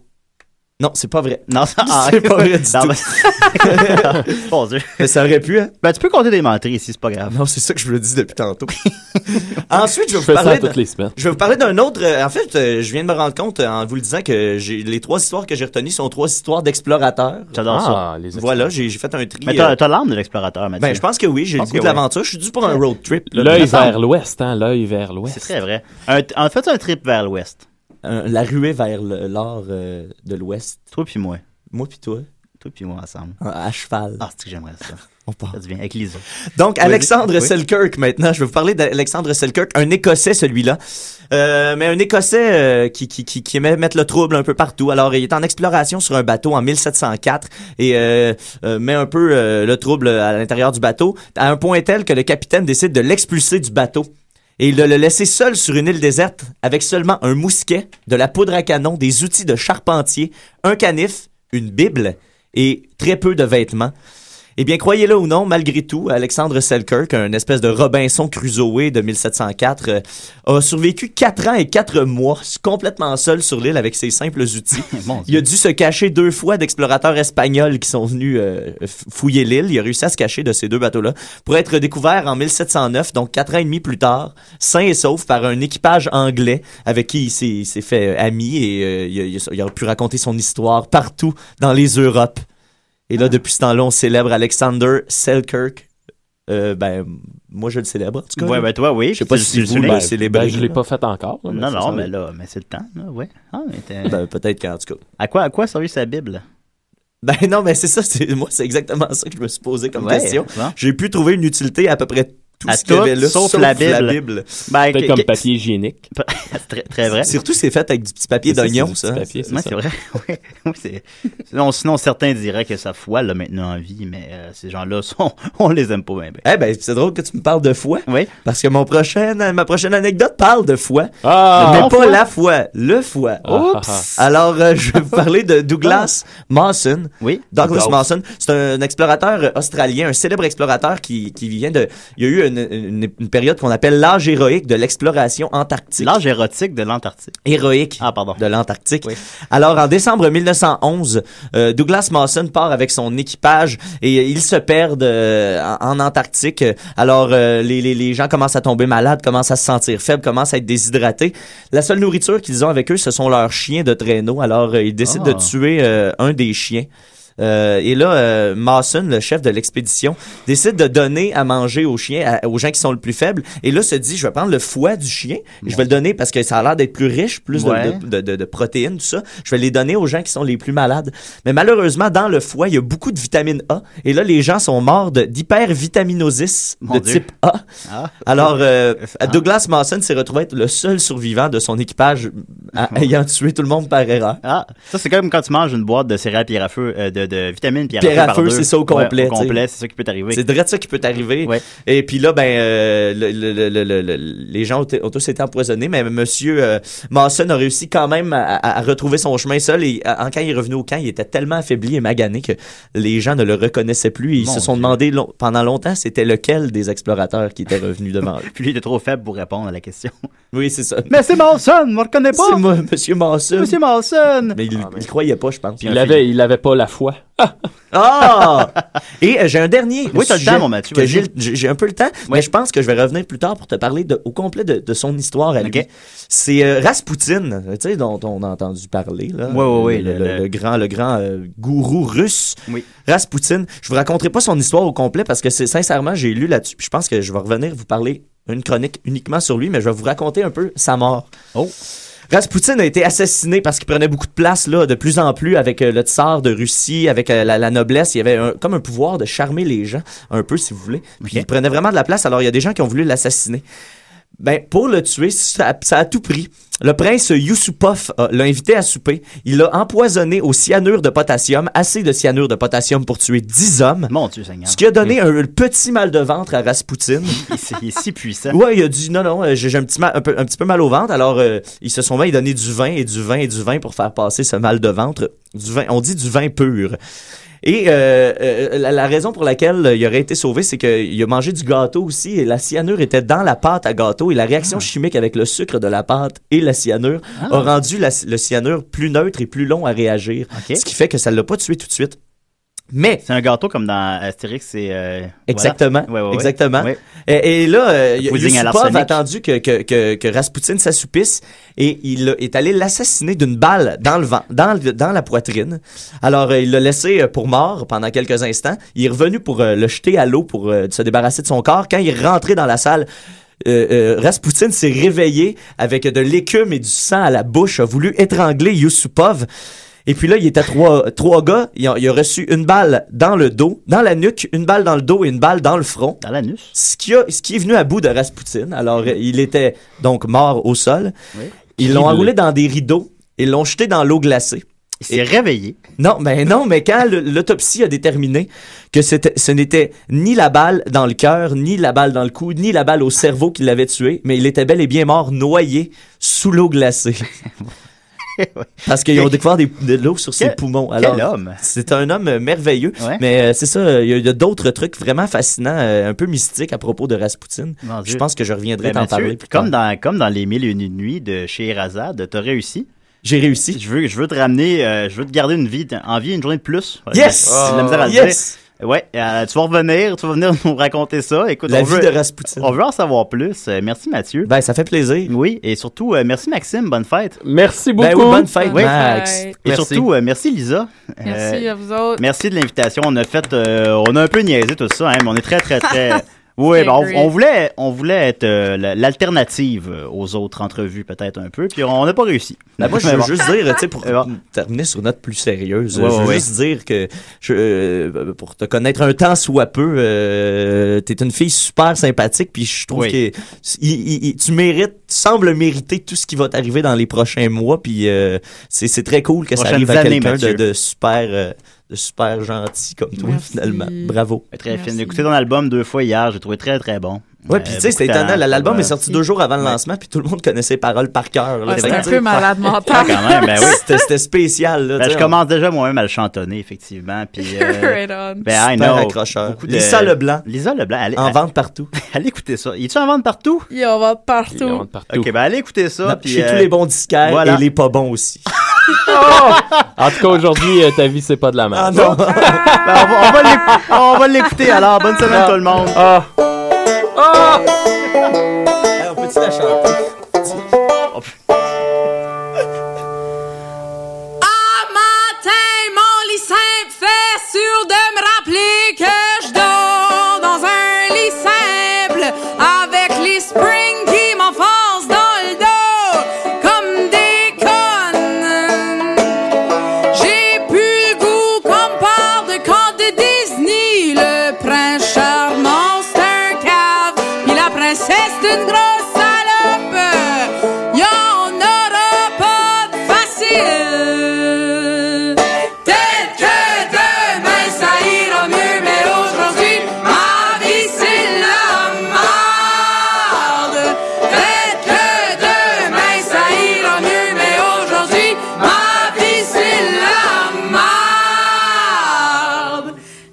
Non, c'est pas vrai.
Non,
*laughs*
ah,
c'est pas vrai du
Non,
tout.
mais- *laughs* Mon Dieu.
Mais ça aurait pu, hein?
Ben, tu peux compter des menteries ici, c'est pas grave.
Non, c'est ça que je vous le dis
*laughs*
depuis tantôt. *laughs* Ensuite,
Je
je vais vous
fais ça
parler.
toutes
d'un-
les semaines.
Je vais vous parler d'un autre. euh, en fait, euh, je viens de me rendre compte euh, en vous le disant que j'ai- les trois histoires que j'ai retenues sont trois histoires d'explorateurs.
J'adore ça.
Ah, Voilà, j'ai j'ai fait un tri.
Mais t'as
euh,
t'as l'âme de l'explorateur, Mathieu.
ben, je pense que oui, j'ai
Je
le
pense
goût
que
de
ouais.
l'aventure. Je suis dû pour un road trip. là.
L'œil
Me semble.
vers l'ouest, hein, l'œil vers l'ouest.
C'est très vrai. Un, en fait, un trip vers l'ouest.
Un- la ruée vers le- l'or euh, de l'ouest.
Toi puis moi.
Moi puis toi.
Toi puis moi ensemble.
À, à cheval.
Ah, c'est que j'aimerais
*laughs*
ça. On part. Ça devient avec Lisa.
Donc,
Vas-y.
Alexandre
Oui.
Selkirk, maintenant, je vais vous parler d'Alexandre Selkirk, un Écossais, celui-là. Euh, mais un Écossais euh, qui, qui, qui, qui aimait mettre le trouble un peu partout. Alors, il est en exploration sur un bateau en 1704 et euh, euh, met un peu euh, le trouble à l'intérieur du bateau, à un point tel que le capitaine décide de l'expulser du bateau. Et de le laisser seul sur une île déserte avec seulement un mousquet, de la poudre à canon, des outils de charpentier, un canif, une bible et très peu de vêtements. Eh bien, croyez-le ou non, malgré tout, Alexandre Selkirk, un espèce de Robinson Crusoe de 1704, euh, a survécu quatre ans et quatre mois s- complètement seul sur l'île avec ses simples outils. il a dû se cacher deux fois d'explorateurs espagnols qui sont venus euh, f- fouiller l'île. Il a réussi à se cacher de ces deux bateaux-là pour être découvert en 1709, donc quatre ans et demi plus tard, sain et sauf par un équipage anglais avec qui il s'est- il s'est fait euh, ami et euh, il, a, il a- il a pu raconter son histoire partout dans les Europes. Et là, depuis ce temps-là, on célèbre Alexander Selkirk. Euh, ben, moi, je le célèbre, en tout cas.
Ouais,
là.
ben, toi, oui,
Je sais
puis
pas
tu- tu
si
le
vous le
célèbres.
célébrez.
Ben, je l'ai pas fait
encore.
non, non, mais là, mais c'est le temps, là, ouais. Ah, mais t'es-
*laughs* Ben, peut-être qu'en tout cas.
À quoi, à quoi servait sa Bible?
Ben non, mais c'est ça, c'est, moi, c'est exactement ça que je me suis posé comme
Ouais,
question.
bon.
J'ai pu trouver une utilité à à peu près tout
À
ce qu'il y avait
tout,
là,
sauf la Bible. Ben, Peut-être que- comme que- *laughs*
papier hygiénique.
très, très vrai.
Surtout, c'est fait avec du petit papier
C'est ça,
d'oignon,
c'est du
ça.
petit papier, c'est Ouais, ça. c'est vrai. *laughs* Oui, oui, c'est- sinon, sinon, certains diraient que sa foi l'a maintenant en vie, mais euh, ces gens-là, sont, on les aime pas bien.
Eh ben, c'est drôle que tu me parles de foi. Parce que mon prochain, ma prochaine anecdote parle de foi. Mais
Mon
pas
foi.
la foi, le foi.
Ah, ah, ah.
Alors, euh, je vais vous parler de Douglas Mawson.
Oui.
Douglas
Douglas.
Mawson, c'est un explorateur australien, un célèbre explorateur qui, qui vient de... Il y a eu une, une- une période qu'on appelle l'âge héroïque de l'exploration antarctique.
L'âge érotique de l'Antarctique. Ah,
Héroïque de l'Antarctique. Alors, en décembre 1911, euh, Douglas Mawson part avec son équipage et euh, ils se perdent euh, en, en Antarctique. Alors, euh, les, les- les gens commencent à tomber malades, commencent à se sentir faibles, commencent à être déshydratés. La seule nourriture qu'ils ont avec eux, ce sont leurs chiens de traîneau. Alors, euh, ils décident
Ah.
de tuer euh, un des chiens. Euh, et là, euh, Mawson, le chef de l'expédition, décide de donner à manger aux chiens, à- aux gens qui sont le plus faibles. Et là, se dit, je vais prendre le foie du chien, je vais le donner parce que ça a l'air d'être plus riche, plus de-
Ouais.
de, de, de- de protéines, tout ça. Je vais les donner aux gens qui sont les plus malades. Mais malheureusement, dans le foie, il y a beaucoup de vitamine A. Et là, les gens sont morts de- d'hypervitaminosis
Mon
de
Dieu.
type A.
Ah.
Alors,
*laughs*
euh, Douglas Mawson s'est retrouvé être le seul survivant de son équipage à- ayant tué tout le monde par erreur.
Ah, ça, c'est comme quand tu manges une boîte de céréales pierre à feu, euh, de, de vitamines pierre à feu.
Pierre à
par
feu,
deux.
c'est ça au
Ouais,
complet.
au complet,
t'sais.
c'est ça qui peut t'arriver.
C'est direct ça qui peut t'arriver. Et puis là, ben, euh, le- le- le- le- le- les gens ont, t- ont tous été empoisonnés, mais Monsieur euh, Mawson a réussi quand même à, à- à retrouver son chemin seul. Et à- en- quand il est revenu au camp, il était tellement affaibli et magané que les gens ne le reconnaissaient plus. Ils
Mon
se sont demandé long- pendant longtemps c'était lequel des explorateurs qui était
*laughs*
revenu devant eux.
Puis il était trop faible pour répondre à la question.
Oui,
*laughs*
c'est ça.
Mais c'est Mawson, on le reconnaît pas.
C'est moi, Monsieur Mawson.
Monsieur Mawson.
Mais il, il croyait pas, je pense.
Ah, Il avait, il avait pas la foi. *laughs*
Ah! Et euh, j'ai un dernier.
Oui, t'as le
sujet
temps, mon Mathieu,
que
vas-y.
J'ai le- j'ai j'ai un peu le temps, mais je pense que je vais revenir plus tard pour te parler de- au complet de, de son histoire à lui. C'est euh, Rasputin, euh, tu sais, dont, dont on a entendu parler. Là,
Ouais, ouais, ouais,
Le, le-
le-
le grand, le grand euh, gourou russe. Rasputin. Je vous raconterai pas son histoire au complet parce que c'est sincèrement, j'ai lu là-dessus. puis Je pense que je vais revenir vous parler une chronique uniquement sur lui, mais je vais vous raconter un peu sa mort. Oh! Rasputin a été assassiné parce qu'il prenait beaucoup de place là, de plus en plus avec euh, le tsar de Russie, avec euh, la, la noblesse. Il y avait un- comme un pouvoir de charmer les gens, un peu si vous voulez. Puis il prenait vraiment de la place. Alors il y a des gens qui ont voulu l'assassiner. Ben, pour le tuer, ça, ça a tout pris. Le prince Yusupov euh, l'a invité à souper. Il l'a empoisonné au cyanure de potassium, assez de cyanure de potassium pour tuer 10 hommes.
Mon Dieu Seigneur.
Ce qui a donné un petit mal de ventre
*laughs*
à Rasputin.
Il est si puissant.
Ouais, il a dit non, non, euh, j'ai j'ai un petit, mal, un, peu, un petit peu mal au ventre. Alors, euh, ils se sont mis à lui donner du vin et du vin et du vin pour faire passer ce mal de ventre. Du vin, on dit du vin pur. Et euh, euh, la, la raison pour laquelle euh, il aurait été sauvé, c'est qu'il a mangé du gâteau aussi et la cyanure était dans la pâte à gâteau et la réaction
Ah.
chimique avec le sucre de la pâte et la cyanure a rendu la- le cyanure plus neutre et plus long à réagir. Ce qui fait que ça ne l'a pas tué tout de suite. Mais
c'est un gâteau comme dans Astérix et euh, voilà.
Exactement.
Ouais, ouais, ouais.
Exactement.
Ouais.
Et, et là, euh,
Le pudding à
Yusupov a
l'arsenic.
attendu que, que, que, que Rasputin s'assoupisse et il a- est allé l'assassiner d'une balle dans le vent, dans, le- dans la poitrine. Alors, euh, il l'a laissé euh, pour mort pendant quelques instants. Il est revenu pour euh, le jeter à l'eau pour euh, se débarrasser de son corps. Quand il est rentré dans la salle, euh, euh, Rasputin s'est réveillé avec de l'écume et du sang à la bouche, a voulu étrangler Yusupov. Et puis là, il était trois, trois gars. Il a, il a reçu une balle dans le dos, dans la nuque, une balle dans le dos et une balle dans le front.
Dans l'anus.
Ce qui, a- ce qui est venu à bout de Rasputin. Alors, euh, il était donc mort au sol.
Oui.
Ils l'ont enroulé dans des rideaux et l'ont jeté dans l'eau glacée. Il
s'est réveillé.
Non, mais non, mais quand le- l'autopsie a déterminé que c'était- ce n'était ni la balle dans le cœur, ni la balle dans le cou, ni la balle au cerveau qui l'avait tué, mais il était bel et bien mort noyé sous l'eau glacée. Parce qu'ils ont découvert des- de l'eau sur ses
Quel-
poumons.
quel
Alors,
homme.
C'est un homme euh, merveilleux.
Ouais.
Mais euh, c'est ça, euh, il y a, il y a d'autres trucs vraiment fascinants, euh, un peu mystiques à propos de Rasputin.
Mon Dieu.
Je pense que je reviendrai
Ben,
t'en
Mathieu,
parler plus
comme
tard.
dans, comme dans Les Mille et Une Nuits de Scheherazade, t'as réussi.
J'ai réussi.
Je veux, je veux te ramener, euh, je veux te garder une vie, en vie une journée de plus.
Yes!
J'ai de la misère à le
Yes!
dire. Ouais, euh, tu vas revenir, tu vas venir *laughs* nous raconter ça. Écoute,
La
on
vie
veut,
de Rasputin.
On veut en savoir plus. Euh, merci Mathieu.
Ben, ça fait plaisir.
Oui, et surtout, euh, merci Maxime, bonne fête.
Merci
Ben
beaucoup.
oui, bonne fête,
Bonne
Max.
fête.
Et
Merci.
surtout, euh, merci Lisa.
Merci
Euh,
à vous autres.
Merci de l'invitation. On a fait, euh, on a un peu niaisé tout ça, hein, mais on est très, *laughs* très, très. Oui,
Très
ben, on,
great.
on voulait, on voulait être euh, la- l'alternative euh, aux autres entrevues, peut-être un peu, puis on n'a pas réussi.
Là, Ben, moi, je
Mais
veux
bon.
juste dire, tu
*laughs*
sais, pour terminer sur une note plus sérieuse,
Ouais,
je veux
ouais,
juste dire que, je, euh, pour te connaître un temps soit peu, euh, t'es une fille super sympathique, puis je trouve
Oui.
que il- il- il- tu mérites, tu sembles mériter tout ce qui va t'arriver dans les prochains mois, puis euh, c'est c'est très cool que ça
Prochaines
arrive à
années,
quelqu'un de,
Mathieu.
de super, euh, de super gentil comme toi, finalement. Bravo.
Très fine. J'ai écouté ton album deux fois hier, j'ai trouvé très, très bon. Euh,
Ouais, puis tu sais, c'est
c'était
étonnant. L'album est sorti deux jours avant le lancement, puis tout le monde connaissait les paroles par cœur. là.
Ah,
Fait
c'est
que,
un
tu
peu
sais,
malade
Ah,
mental.
quand même,
*laughs*
ben oui.
C'était- C'était spécial. Là,
Ben,
tu
je
sais,
commence déjà moi-même à le chantonner, effectivement.
*laughs*
Puis, euh,
*laughs* Right on.
ben, I
Super
know.
accrocheur.
Beaucoup
Lisa Leblanc.
Lisa Leblanc. Allez,
En
allez-
vente
*laughs*
partout.
Allez écouter ça. Il est-tu en vente partout?
Il en va partout.
Ok, ben allez écouter ça.
Non,
puis,
chez
euh,
tous les bons disquaires
voilà.
et les pas bons *laughs* aussi.
Oh! En tout cas, aujourd'hui, euh, ta vie, c'est pas de
Ah,
la merde.
Ben, on va- on va l'écou- on va l'écouter alors. Bonne
Ah.
semaine tout le monde.
on peut-tu la chanter?
Ah, matin, mon lit simple fait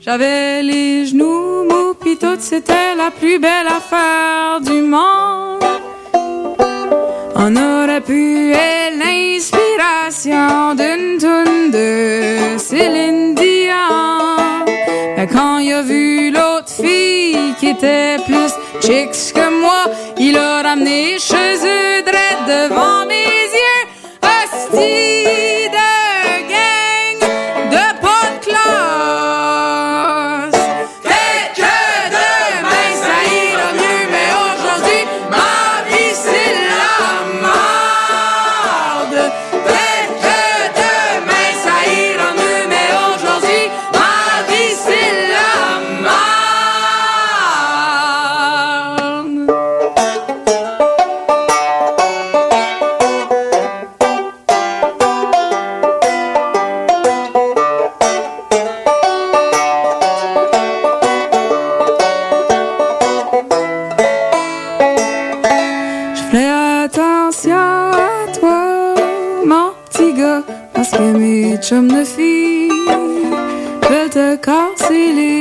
J'avais les genoux mous, pis tout c'était la plus belle affaire du monde. On aurait pu être l'inspiration d'une toune de Céline Dion. Mais quand il a vu l'autre fille qui était plus chicks que moi, il a ramené chez eux drette devant mes yeux. Hostie de gang de pas de classe. Peut-être que demain ça ira mieux, mais aujourd'hui, ma vie c'est la merde. Peut-être que demain ça ira mieux, mais aujourd'hui, ma vie c'est la merde. Je fais attention à toi, mon petit gars, parce que mes chums de filles veulent te casser les